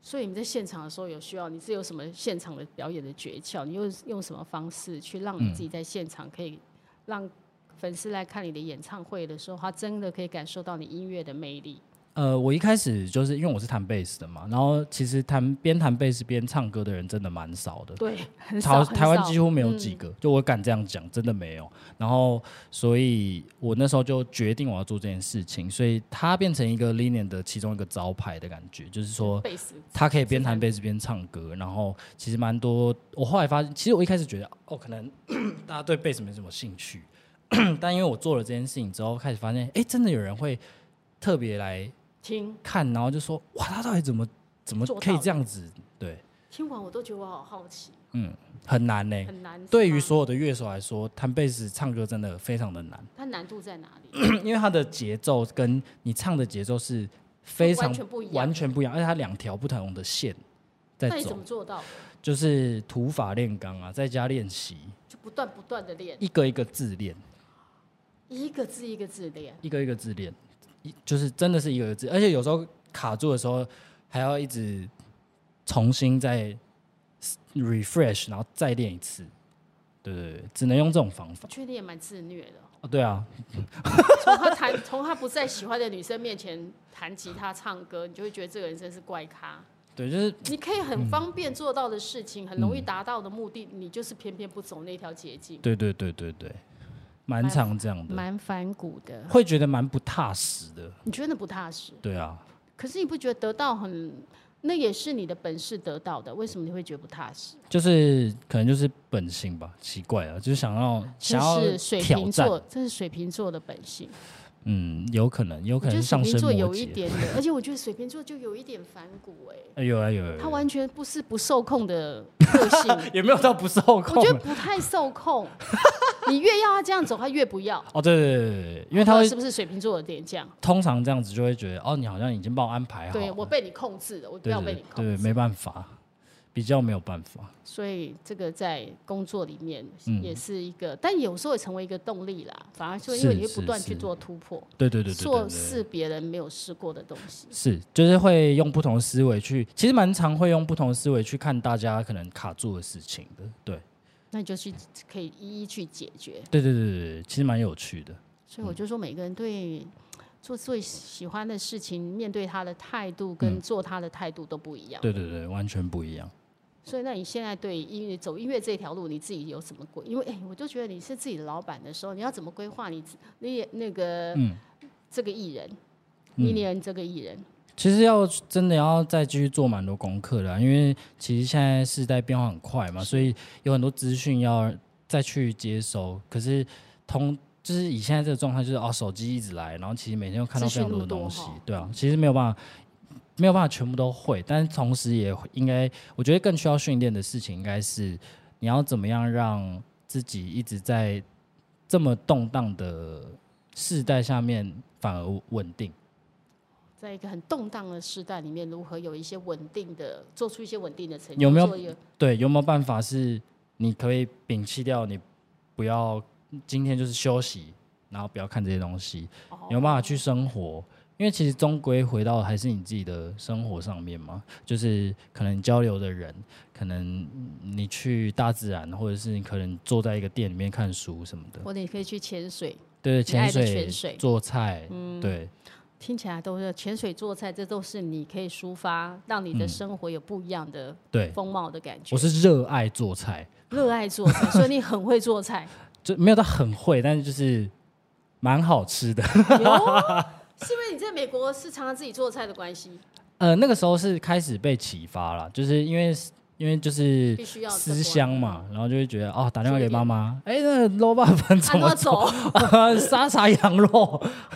Speaker 1: 所以你在现场的时候有需要，你是有什么现场的表演的诀窍？你用用什么方式去让你自
Speaker 2: 嗯
Speaker 1: 己在现场可以让粉丝来看你的演唱会的时候，他真的可以感受到你音乐的魅力？
Speaker 2: 呃，我一开始就是因为我是弹贝斯的嘛，然后其实弹边弹贝斯边唱歌的人真的蛮少的，
Speaker 1: 对，很少，
Speaker 2: 台
Speaker 1: 嗯
Speaker 2: 台湾几
Speaker 1: 乎
Speaker 2: 乎没有几个，就我敢这样讲，真的没有。然后，所以我那时候就决定我要做这件事情，所以它变成一个 Linen 的其中一个招牌的感觉，就是说
Speaker 1: 贝斯
Speaker 2: 它可以边弹贝斯边唱歌。然后其实蛮多，我后来发现，其实我一开始觉得哦，可能 大家对贝斯没什么兴趣，但因为我做了这件事情之后，开始发现，哎、真的有人会特别来
Speaker 1: 听
Speaker 2: 看，然后就说哇，他到底怎么怎么
Speaker 1: 做
Speaker 2: 可以
Speaker 1: 到
Speaker 2: 这样子？对，
Speaker 1: 听完我都觉得我好好奇，
Speaker 2: 很难呢、
Speaker 1: 很难。
Speaker 2: 对
Speaker 1: 是
Speaker 2: 于
Speaker 1: 吗
Speaker 2: 所有的乐手来说，弹贝斯唱歌真的非常的难，
Speaker 1: 它难度在哪里？
Speaker 2: 因为它的节奏跟你唱的节奏是非常
Speaker 1: 完全不一样
Speaker 2: 完全不一样，而且它两条不同的线在
Speaker 1: 那你怎
Speaker 2: 走
Speaker 1: 么，做到的？
Speaker 2: 就是土法炼钢啊，在家练习，
Speaker 1: 就不断不断的练，
Speaker 2: 一个一个自练，
Speaker 1: 一个字一个字练。
Speaker 2: 一个一个自练，一就是真的是一个一个自，而且有时候卡住的时候还要一直重新再 refresh，然后再练一次，对对对，只能用这种方法
Speaker 1: 我。觉得你也蛮自虐的哦，
Speaker 2: 哦，对啊，
Speaker 1: 从他弹， 从他不再喜欢的女生面前弹吉他唱歌，你就会觉得这个人真是怪咖。
Speaker 2: 对，就是
Speaker 1: 你可以
Speaker 2: 嗯
Speaker 1: 很方便做到的事情，很容易达到的目的，你就是偏偏不走那条捷径，
Speaker 2: 对对对对对，蛮常这样的，
Speaker 1: 蛮反骨的。
Speaker 2: 会觉得蛮不踏实的。
Speaker 1: 你觉得不踏实，
Speaker 2: 对啊，
Speaker 1: 可是你不觉得得到很，那也是你的本事得到的，为什么你会觉得不踏实？
Speaker 2: 就是可能就是本性吧，奇怪啊，就是想要
Speaker 1: 这
Speaker 2: 想要
Speaker 1: 是水
Speaker 2: 挑
Speaker 1: 瓶
Speaker 2: 战
Speaker 1: 座，这是水瓶座的本性。
Speaker 2: 嗯，有可能，有可
Speaker 1: 我觉
Speaker 2: 能
Speaker 1: 得水
Speaker 2: 是上
Speaker 1: 瓶
Speaker 2: 升
Speaker 1: 座
Speaker 2: 摩
Speaker 1: 有一
Speaker 2: 羯。
Speaker 1: 点点，而且我觉得水瓶座就有一点反骨哎、
Speaker 2: 哎有啊有啊有
Speaker 1: 他
Speaker 2: 啊，，
Speaker 1: 完全不是不受控的个性
Speaker 2: 也没有到不受控。
Speaker 1: 我觉得不太受控。你越要他这样走，他越不要。
Speaker 2: 哦，对对对对 对，因为他会
Speaker 1: 是不是水瓶座有点这样？
Speaker 2: 通常这样子就会觉得，哦，你好像已经帮我安排好了，
Speaker 1: 对我被你控制了，我不
Speaker 2: 对
Speaker 1: 要
Speaker 2: 对
Speaker 1: 被你
Speaker 2: 对
Speaker 1: 控
Speaker 2: 对，
Speaker 1: 制。
Speaker 2: 没办法，比较没有办法。
Speaker 1: 所以这个在工作里面
Speaker 2: 嗯
Speaker 1: 也是一个，但有时候也成为一个动力啦。反而就因为
Speaker 2: 是
Speaker 1: 你会不
Speaker 2: 是
Speaker 1: 断去
Speaker 2: 是
Speaker 1: 做突破，
Speaker 2: 对对对对对
Speaker 1: 做
Speaker 2: 对
Speaker 1: 是别人没有试过的东西。
Speaker 2: 是，就是会用不同的思维去，其实蛮常会用不同的思维去看大家可能卡住的事情的。对，
Speaker 1: 那你就去可以一一去解决。
Speaker 2: 对对对对对，其实蛮有趣的。
Speaker 1: 所以我就说，每个人对做最喜欢的事情，面对他的态度跟做他的态度都不一样。
Speaker 2: 嗯对对对，完全不一样。
Speaker 1: 所以，那你现在对音乐走音乐这条路，你自己有什么规？因为哎、我就觉得你是自己的老板的时候，你要怎么规划你自你也那个、
Speaker 2: 嗯
Speaker 1: 这个艺人，你年这个艺人，
Speaker 2: 其实要真的要再继续做蛮多功课的啊、因为其实现在世代变化很快嘛，所以有很多资讯要再去接收。可是通就是以现在这个状态，就是哦，手机一直来，然后其实每天都看到
Speaker 1: 资
Speaker 2: 非
Speaker 1: 讯
Speaker 2: 常多
Speaker 1: 那
Speaker 2: 的
Speaker 1: 么多
Speaker 2: 东西
Speaker 1: 哈，
Speaker 2: 对啊，其实没有办法。没有办法全部都会，但是同时也应该，我觉得更需要训练的事情应该是你要怎么样让自己一直在这么动荡的世代下面反而稳定。
Speaker 1: 在一个很动荡的时代里面，如何有一些稳定的，做出一些稳定的成绩？
Speaker 2: 有没有
Speaker 1: 做一个
Speaker 2: 对，有没有办法是你可以摒弃掉，你不要今天就是休息，然后不要看这些东西，
Speaker 1: 哦
Speaker 2: 有没有办法去生活？因为其实终归回到还是你自己的生活上面嘛，就是可能交流的人，可能你去大自然，或者是你可能坐在一个店里面看书什么的，
Speaker 1: 或者你可以去潜水，
Speaker 2: 对，
Speaker 1: 你爱
Speaker 2: 潜
Speaker 1: 的
Speaker 2: 水、
Speaker 1: 潜水嗯
Speaker 2: 做菜，对，
Speaker 1: 听起来都是潜水做菜，这都是你可以抒发，让
Speaker 2: 嗯
Speaker 1: 你的生活有不一样的
Speaker 2: 对，
Speaker 1: 风貌的感觉。
Speaker 2: 我是热爱做菜，
Speaker 1: 热爱做菜， 所以你很会做菜。
Speaker 2: 就没有到很会，但是就是蛮好吃的。
Speaker 1: 有，是因为你在美国是常常自己做菜的关系，
Speaker 2: 呃，那个时候是开始被启发了，就是因为因为就是
Speaker 1: 必须要
Speaker 2: 思乡嘛，然后就会觉得哦，打电话给妈妈，哎、那个肉霸粉
Speaker 1: 做
Speaker 2: 怎
Speaker 1: 一点。
Speaker 2: 么
Speaker 1: 按啊走
Speaker 2: 沙茶羊肉？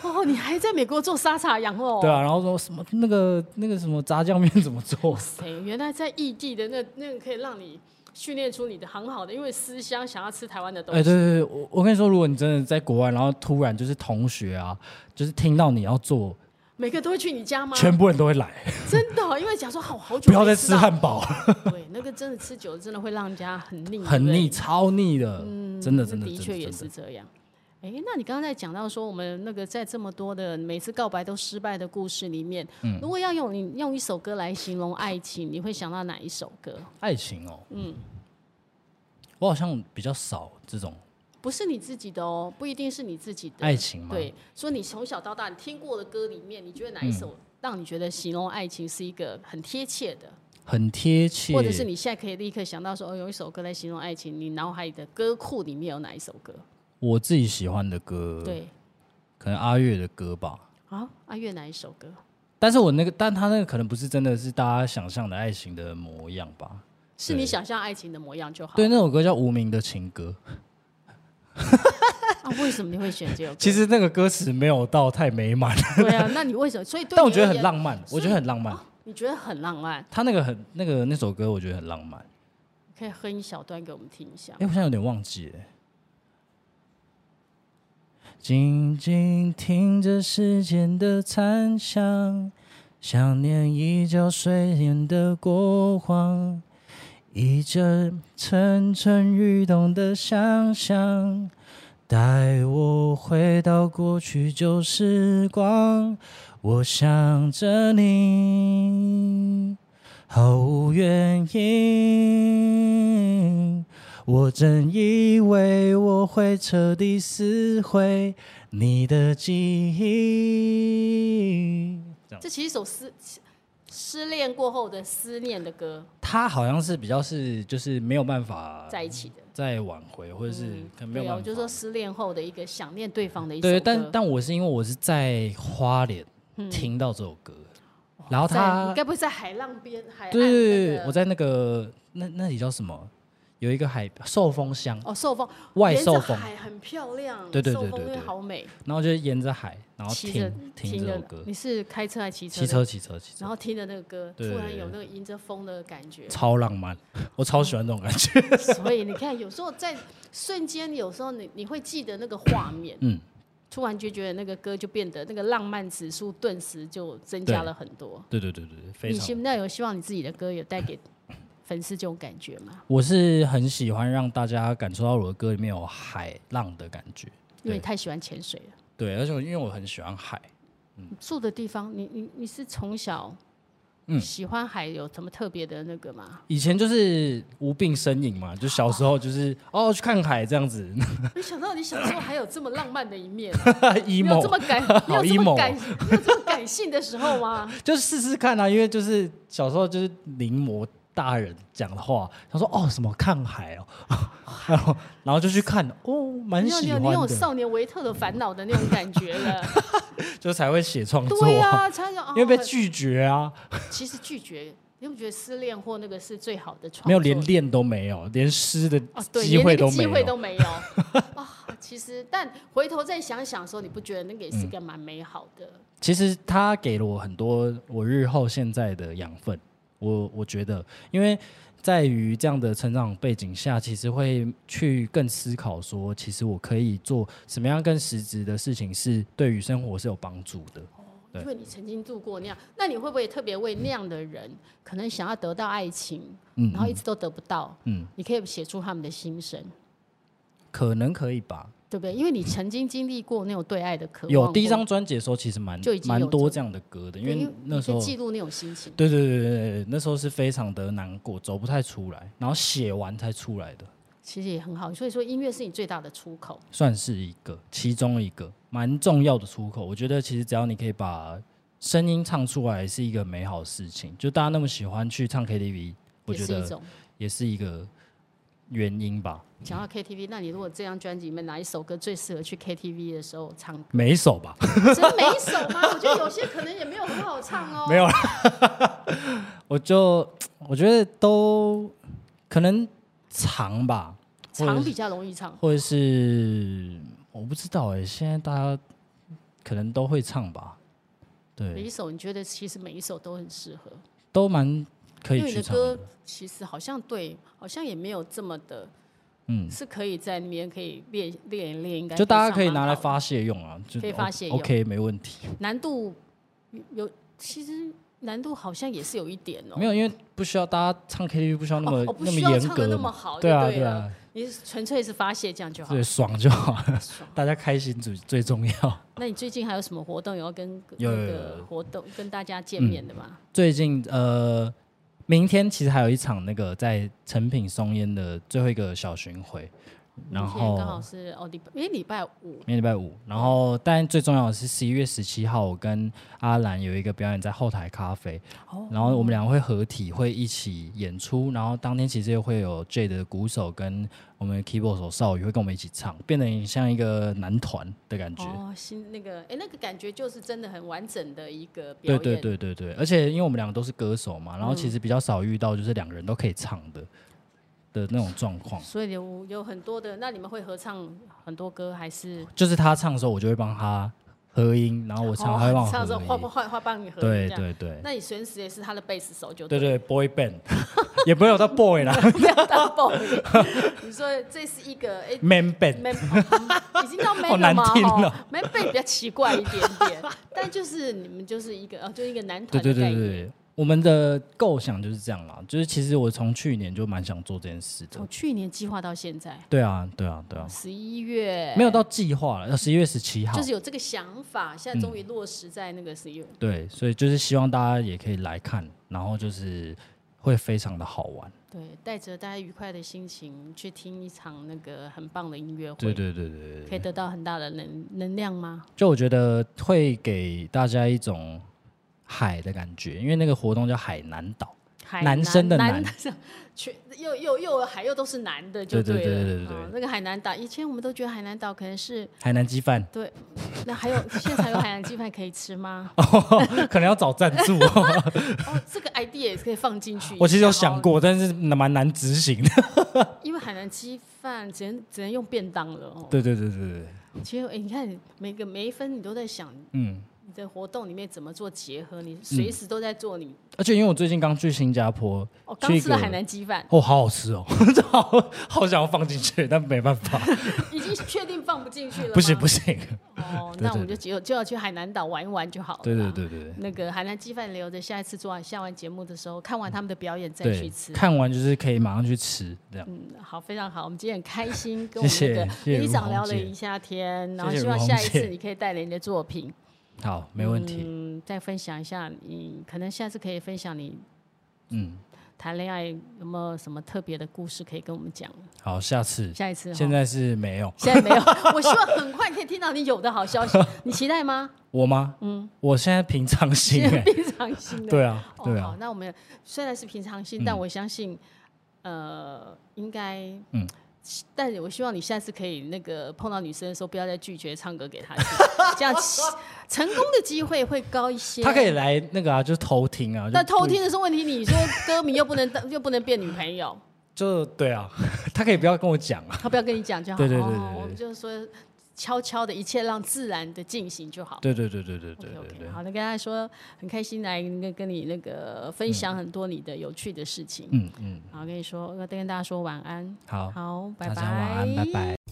Speaker 1: 哦，你还在美国做沙茶哦羊肉？
Speaker 2: 对啊，然后说什么那个那个什么炸酱面怎么 做？
Speaker 1: 谁原来在异地的那那个可以让你训练出你的很好的，因为思乡想要吃台湾的东
Speaker 2: 哎、
Speaker 1: 西。
Speaker 2: 对对对，我我跟你说，如果你真的在国外，然后突然就是同学啊，就是听到你要做，
Speaker 1: 每个都会去你家吗？
Speaker 2: 全部人都会来，
Speaker 1: 真的哦，因为讲说好好久
Speaker 2: 不要
Speaker 1: 没
Speaker 2: 再
Speaker 1: 吃
Speaker 2: 吃
Speaker 1: 到
Speaker 2: 汉堡，了，
Speaker 1: 对，那个真的吃久了真的会让人家很腻，对
Speaker 2: 很
Speaker 1: 不对
Speaker 2: 腻，。超腻的，真的
Speaker 1: 这
Speaker 2: 真的
Speaker 1: 的
Speaker 2: 真
Speaker 1: 确
Speaker 2: 的
Speaker 1: 也
Speaker 2: 真
Speaker 1: 是
Speaker 2: 的，
Speaker 1: 这样。哎，那你刚才讲到说，我们那个在这么多的每次告白都失败的故事里面，
Speaker 2: 嗯
Speaker 1: 如果要用你用一首歌来形容爱情，你会想到哪一首歌？
Speaker 2: 爱情哦，嗯，我好像比较少这种
Speaker 1: 不是你自己的哦，不一定是你自己的。
Speaker 2: 爱情嘛，
Speaker 1: 对，说你从小到大你听过的歌里面，你觉得
Speaker 2: 嗯
Speaker 1: 哪一首让你觉得形容爱情是一个很贴切的，
Speaker 2: 很贴切，
Speaker 1: 或者是你现在可以立刻想到说，哦，有一首歌来形容爱情，你脑海里的歌库里面有哪一首歌？
Speaker 2: 我自己喜欢的歌，，
Speaker 1: 对
Speaker 2: 可能阿月的歌吧。
Speaker 1: 啊，阿月哪一首歌？
Speaker 2: 但是我那个，但他那个可能不是真的是大家想象的爱情的模样吧？
Speaker 1: 是你想象爱情的模样就好。
Speaker 2: 对，那首歌叫《无名的情歌》，
Speaker 1: 啊，为什么你会选这首歌？
Speaker 2: 其实那个歌词没有到太美满，
Speaker 1: 对啊，那你为什么？所以对，
Speaker 2: 但我觉得很，浪漫，我觉得很浪漫。
Speaker 1: 你觉得很浪漫，
Speaker 2: 他那个很那个那首歌，我觉得很浪漫。
Speaker 1: 可以哼一小段给我们听一下
Speaker 2: 哎、。我现在有点忘记了。静静听着时间的残响，想念依旧碎念的过往，一阵蠢蠢欲动的想象，带我回到过去旧时光。我想着你，毫无原因。我真以为我会彻底撕毁你的记忆。
Speaker 1: 这其实一首失失恋过后的思念的歌，
Speaker 2: 他好像是比较是就是没有办法
Speaker 1: 在一起的。
Speaker 2: 再挽回，或者是可能没有
Speaker 1: 对啊，
Speaker 2: 办
Speaker 1: 我
Speaker 2: 法。
Speaker 1: 就说失恋后的一个想念对方的一首歌。嗯
Speaker 2: 对，但但我是因为我是在花莲听到这首歌，然后
Speaker 1: 在
Speaker 2: 他
Speaker 1: 你该不会在海浪边海岸那
Speaker 2: 对，
Speaker 1: 个
Speaker 2: 我在那个那那里叫什么？有有一个海寿丰乡，
Speaker 1: 哦，寿丰
Speaker 2: 外
Speaker 1: 沿
Speaker 2: 寿
Speaker 1: 着
Speaker 2: 丰，
Speaker 1: 海很漂亮，
Speaker 2: 对对
Speaker 1: 寿
Speaker 2: 对
Speaker 1: 丰
Speaker 2: 对
Speaker 1: 那边
Speaker 2: 对
Speaker 1: 好美。
Speaker 2: 然后就沿着海，然后
Speaker 1: 骑着
Speaker 2: 听听这
Speaker 1: 着
Speaker 2: 首歌，
Speaker 1: 你是开车还骑车？
Speaker 2: 骑。车骑车骑车，
Speaker 1: 然后听着那个歌，突
Speaker 2: 对。
Speaker 1: 然有那个迎着风的感觉
Speaker 2: 超浪漫， 我超喜欢这种 感觉。
Speaker 1: 所以你看，有时候在瞬间，有时候你你会记得那个画面，
Speaker 2: 嗯，
Speaker 1: 突然就觉得那个歌就变得那个浪漫指数顿时就增加了很多。
Speaker 2: 对对对对对，非
Speaker 1: 你
Speaker 2: 常。
Speaker 1: 现在有希望你自己的歌有带给粉丝这种感觉吗？
Speaker 2: 我是很喜欢让大家感受到我的歌里面有海浪的感觉，
Speaker 1: 因为
Speaker 2: 对
Speaker 1: 你太喜欢潜水了。
Speaker 2: 对，而且因为我很喜欢海，
Speaker 1: 你住的地方，你你你是从小
Speaker 2: 嗯
Speaker 1: 喜欢海有什么特别的那个 吗？
Speaker 2: 以前就是无病呻吟嘛，就小时候就是 哦去看海这样子
Speaker 1: 没想到你小时候还有这么浪漫的一面，你有这
Speaker 2: ，emo
Speaker 1: 么感，你
Speaker 2: 好
Speaker 1: 有这
Speaker 2: emo
Speaker 1: 么
Speaker 2: 哦
Speaker 1: 感，你有这么感性的时候吗？
Speaker 2: 就试试看啊，因为就是小时候就是临摹大人讲的话，他说哦什么看海哦， 然后然后就去看哦， 蛮
Speaker 1: 你有你
Speaker 2: 喜
Speaker 1: 有你有
Speaker 2: 欢的，
Speaker 1: 少年维特的烦恼的那种感觉了，
Speaker 2: 就才会写创作
Speaker 1: 对
Speaker 2: 啊，
Speaker 1: 啊，常常
Speaker 2: 因为被
Speaker 1: 哦
Speaker 2: 拒绝啊，
Speaker 1: 其实拒绝，你有没有觉得失恋或那个是最好的创作？
Speaker 2: 没有连练都没有，连诗的
Speaker 1: 哦，对，
Speaker 2: 机
Speaker 1: 连那
Speaker 2: 会
Speaker 1: 个
Speaker 2: 都
Speaker 1: 机
Speaker 2: 没
Speaker 1: 会
Speaker 2: 有
Speaker 1: 都。 没有啊。其实，但回头再想想的时候，你不觉得那个也是个蛮美好的？
Speaker 2: 其实他给了我很多我日后现在的养分。我我觉得，因为在于这样的成长背景下，其实会去更思考说，其实我可以做什么样更实质的事情，是对于生活是有帮助的。对
Speaker 1: 因为你曾经度过那样，那你会不会特别为那样的人，可能想要得到爱情，
Speaker 2: 嗯
Speaker 1: 然后一直都得不到，
Speaker 2: 嗯，
Speaker 1: 你可以写出他们的心声，
Speaker 2: 可能可以吧。
Speaker 1: 对不对？因为你曾经经历过那种对爱的渴望，
Speaker 2: 有第一张，专辑的时候，其实蛮
Speaker 1: 就已经有
Speaker 2: 蛮
Speaker 1: 这
Speaker 2: 多
Speaker 1: 个
Speaker 2: 这样的歌的，因
Speaker 1: 对因
Speaker 2: 为
Speaker 1: 为
Speaker 2: 那
Speaker 1: 你
Speaker 2: 时
Speaker 1: 可以
Speaker 2: 候
Speaker 1: 记录那种心情。
Speaker 2: 对对对对对，那时候是非常的难过，走不太出来，然后写完才出来的。
Speaker 1: 其实也很好，所以说音乐是你最大的出口。
Speaker 2: 算是一个其中一个蛮重要的出口。我觉得其实只要你可以把声音唱出来，是一个美好的事情。就大家那么喜欢去唱 KTV，我
Speaker 1: 也
Speaker 2: 觉
Speaker 1: 是一
Speaker 2: 得
Speaker 1: 种。
Speaker 2: 也是一个原因吧。
Speaker 1: 讲到 KTV，那你如果这张专辑里面哪一首歌最适合去 KTV 的时候唱？
Speaker 2: 每一首吧，
Speaker 1: 真每一首吗？ 我觉得有些可能也没有很好唱哦。
Speaker 2: 没有啦，我就我觉得都可能长吧，或者
Speaker 1: 长
Speaker 2: 是
Speaker 1: 比较容易唱。
Speaker 2: 或者是我不知道哎、现在大家可能都会唱吧，
Speaker 1: 每
Speaker 2: 对，
Speaker 1: 一首你觉得其实每一首都很适合，
Speaker 2: 都蛮可
Speaker 1: 因
Speaker 2: 以
Speaker 1: 为你
Speaker 2: 去
Speaker 1: 的
Speaker 2: 唱的
Speaker 1: 歌其实好像对，好像也没有这么的，
Speaker 2: 嗯
Speaker 1: 是可以在里面可以练练一练，应该
Speaker 2: 就大家可以
Speaker 1: 非常
Speaker 2: 拿来
Speaker 1: 蛮好
Speaker 2: 发泄用啊，就
Speaker 1: 可以发泄用
Speaker 2: OK 没问题。
Speaker 1: 的。难度有，其实难度好像也是有一点哦
Speaker 2: 没。有，因为不需要大家唱 KTV 不需要那么、
Speaker 1: 哦哦不
Speaker 2: 么
Speaker 1: 需要
Speaker 2: 严
Speaker 1: 唱的
Speaker 2: 格
Speaker 1: 那
Speaker 2: 嘛，
Speaker 1: 么好，
Speaker 2: 对啊
Speaker 1: 对
Speaker 2: 对
Speaker 1: 了
Speaker 2: 啊，
Speaker 1: 你纯粹是发泄这样就好
Speaker 2: 对。爽就好了，
Speaker 1: 爽
Speaker 2: 大家开心最最重要。
Speaker 1: 那你最近还有什么活动有要跟
Speaker 2: 有
Speaker 1: 那
Speaker 2: 有嗯有
Speaker 1: 个活动跟大家见面的吗？
Speaker 2: 最近呃，明天其实还有一场那个在成品松烟的最后一个小巡回，然
Speaker 1: 明天刚好
Speaker 2: 后
Speaker 1: 是哦礼拜，因为礼拜五
Speaker 2: 明天礼拜五，然后但最重要的是十一月十七号，我跟阿兰有一个表演在后台咖啡，
Speaker 1: 哦
Speaker 2: 然后我们两个会合体，会一起演出。然后当天其实又会有 J 的鼓手跟我们的 keyboard 手少宇会跟我们一起唱，变得很像一个男团的感觉。
Speaker 1: 哦，新那个哎、那个感觉就是真的很完整的一个表
Speaker 2: 对
Speaker 1: 演。嗯
Speaker 2: 对对对对，而且因为我们两个都是歌手嘛，然后其实比较少遇到就是两个人都可以唱的的那种状况。
Speaker 1: 所以有有很多的，那你们会合唱很多歌还是？
Speaker 2: 就是他唱的时候，我就会帮他合音，然后我唱，
Speaker 1: 哦
Speaker 2: 他会帮
Speaker 1: 唱的时
Speaker 2: 我
Speaker 1: 候画不
Speaker 2: 合音。
Speaker 1: 画画帮你合影
Speaker 2: 对
Speaker 1: 这样。
Speaker 2: 对对
Speaker 1: 那你随时也是他的贝斯手就
Speaker 2: 对
Speaker 1: 对
Speaker 2: 对，boy band 也不会有到 boy 啦
Speaker 1: 了，当 b o 你说这是一个哎、
Speaker 2: ，man band。
Speaker 1: man，哦 嗯已经到
Speaker 2: 好
Speaker 1: man 了
Speaker 2: 难
Speaker 1: 吗？
Speaker 2: 听哦
Speaker 1: 哦，man 贝比较奇怪一点点， 但就是你们就是一个哦，就一个男
Speaker 2: 对
Speaker 1: 团
Speaker 2: 对
Speaker 1: 的概
Speaker 2: 对
Speaker 1: 念。
Speaker 2: 对对，我们的构想就是这样啦。就是其实我从去年就蛮想做这件事的
Speaker 1: 从。去年计划到现在，
Speaker 2: 对啊，对啊，对啊，
Speaker 1: 十一月
Speaker 2: 没有到计划了，要十一月十七号。
Speaker 1: 就是有这个想法，现在终于落实在
Speaker 2: 嗯
Speaker 1: 那个十一月。
Speaker 2: 对，所以就是希望大家也可以来看，然后就是会非常的好玩。
Speaker 1: 对，带着大家愉快的心情去听一场那个很棒的音乐会，
Speaker 2: 对对对对对，
Speaker 1: 可以得到很大的能能量吗？
Speaker 2: 就我觉得会给大家一种海的感觉，因为那个活动叫海南岛，
Speaker 1: 海
Speaker 2: 男生的
Speaker 1: 男
Speaker 2: 男，
Speaker 1: 全又又又海又都是男的，就
Speaker 2: 对对
Speaker 1: 了。
Speaker 2: 对对对对
Speaker 1: 嗯那个海南岛，以前我们都觉得海南岛可能是
Speaker 2: 海南鸡饭？
Speaker 1: 对，那还有现场有海南鸡饭可以吃吗
Speaker 2: 哦，可能要找赞助。
Speaker 1: 哦，这个 idea 也可以放进去。
Speaker 2: 我其实有想
Speaker 1: 然后
Speaker 2: 过，但是蛮难执行的。
Speaker 1: 因为海南鸡饭只能只能用便当了哦。
Speaker 2: 对对对对对，
Speaker 1: 其实，哎、你看每个每一分你都在想
Speaker 2: 嗯。
Speaker 1: 你的活动里面怎么做结合，你随时都在做你。
Speaker 2: 而且因为我最近刚去新加坡，
Speaker 1: 哦，
Speaker 2: 去
Speaker 1: 刚
Speaker 2: 一
Speaker 1: 吃了
Speaker 2: 个
Speaker 1: 海南鸡饭，
Speaker 2: 哦，好好吃哦， 这好好想要放进去，但没办法，
Speaker 1: 已经确定放不进去了吗。
Speaker 2: 不行不行。
Speaker 1: 哦，
Speaker 2: 对
Speaker 1: 那我
Speaker 2: 对
Speaker 1: 们就只有就要去海南岛玩一玩就好了。
Speaker 2: 对对。对对对。
Speaker 1: 那个海南鸡饭留着下一次做完下完节目的时候，看完他们的表演再去
Speaker 2: 对
Speaker 1: 吃，。
Speaker 2: 看完就是可以马上去吃，这样。
Speaker 1: 嗯，好，非常好。我们今天很开 心，跟我们那个
Speaker 2: 谢谢
Speaker 1: 李
Speaker 2: 如
Speaker 1: 长
Speaker 2: 虹
Speaker 1: 聊了
Speaker 2: 姐
Speaker 1: 一下天，然后
Speaker 2: 谢谢
Speaker 1: 希
Speaker 2: 如
Speaker 1: 望
Speaker 2: 虹
Speaker 1: 下一次
Speaker 2: 姐
Speaker 1: 你可以带来你的作品，
Speaker 2: 好，没问题。
Speaker 1: 嗯，再分享一下你，可能下次可以分享你
Speaker 2: 嗯，
Speaker 1: 谈恋爱有没有什么特别的故事可以跟我们 讲？
Speaker 2: 好，下次。
Speaker 1: 下一次哈，
Speaker 2: 现在是没有
Speaker 1: 现在没有，我希望很快可以听到你有的好消息，你期待吗？
Speaker 2: 我吗？嗯，我现在平常心哎、
Speaker 1: 非常新的。
Speaker 2: 对啊，
Speaker 1: 哦
Speaker 2: 对
Speaker 1: 好
Speaker 2: 啊，
Speaker 1: 那我们虽然是平常心，但我相信，呃，应该，嗯
Speaker 2: 嗯，
Speaker 1: 但我希望你下次可以那个碰到女生的时候，不要再拒绝唱歌给她听， 这样起成功的机会会高一些。
Speaker 2: 他可以。来那个啊，就是偷听啊，就
Speaker 1: 但偷
Speaker 2: 不
Speaker 1: 听的是问题，你说歌迷又不能当又 不能变女朋友，
Speaker 2: 就对啊， 他可以不要跟我讲啊，
Speaker 1: 他不要跟你讲就好。
Speaker 2: 对对对
Speaker 1: 哦
Speaker 2: 对对
Speaker 1: 我们就是说悄悄的，一切让自然的进行就好。
Speaker 2: 对对对对对对
Speaker 1: OK
Speaker 2: 对
Speaker 1: OK，
Speaker 2: 对，
Speaker 1: 好，那跟大家说很开心来跟跟你那个分
Speaker 2: 嗯
Speaker 1: 享很多你的有趣的事情。
Speaker 2: 嗯嗯，
Speaker 1: 呃好，跟你说，跟跟大家说晚安。
Speaker 2: 好，
Speaker 1: 好，拜
Speaker 2: 大
Speaker 1: 拜，
Speaker 2: 家晚安，拜拜。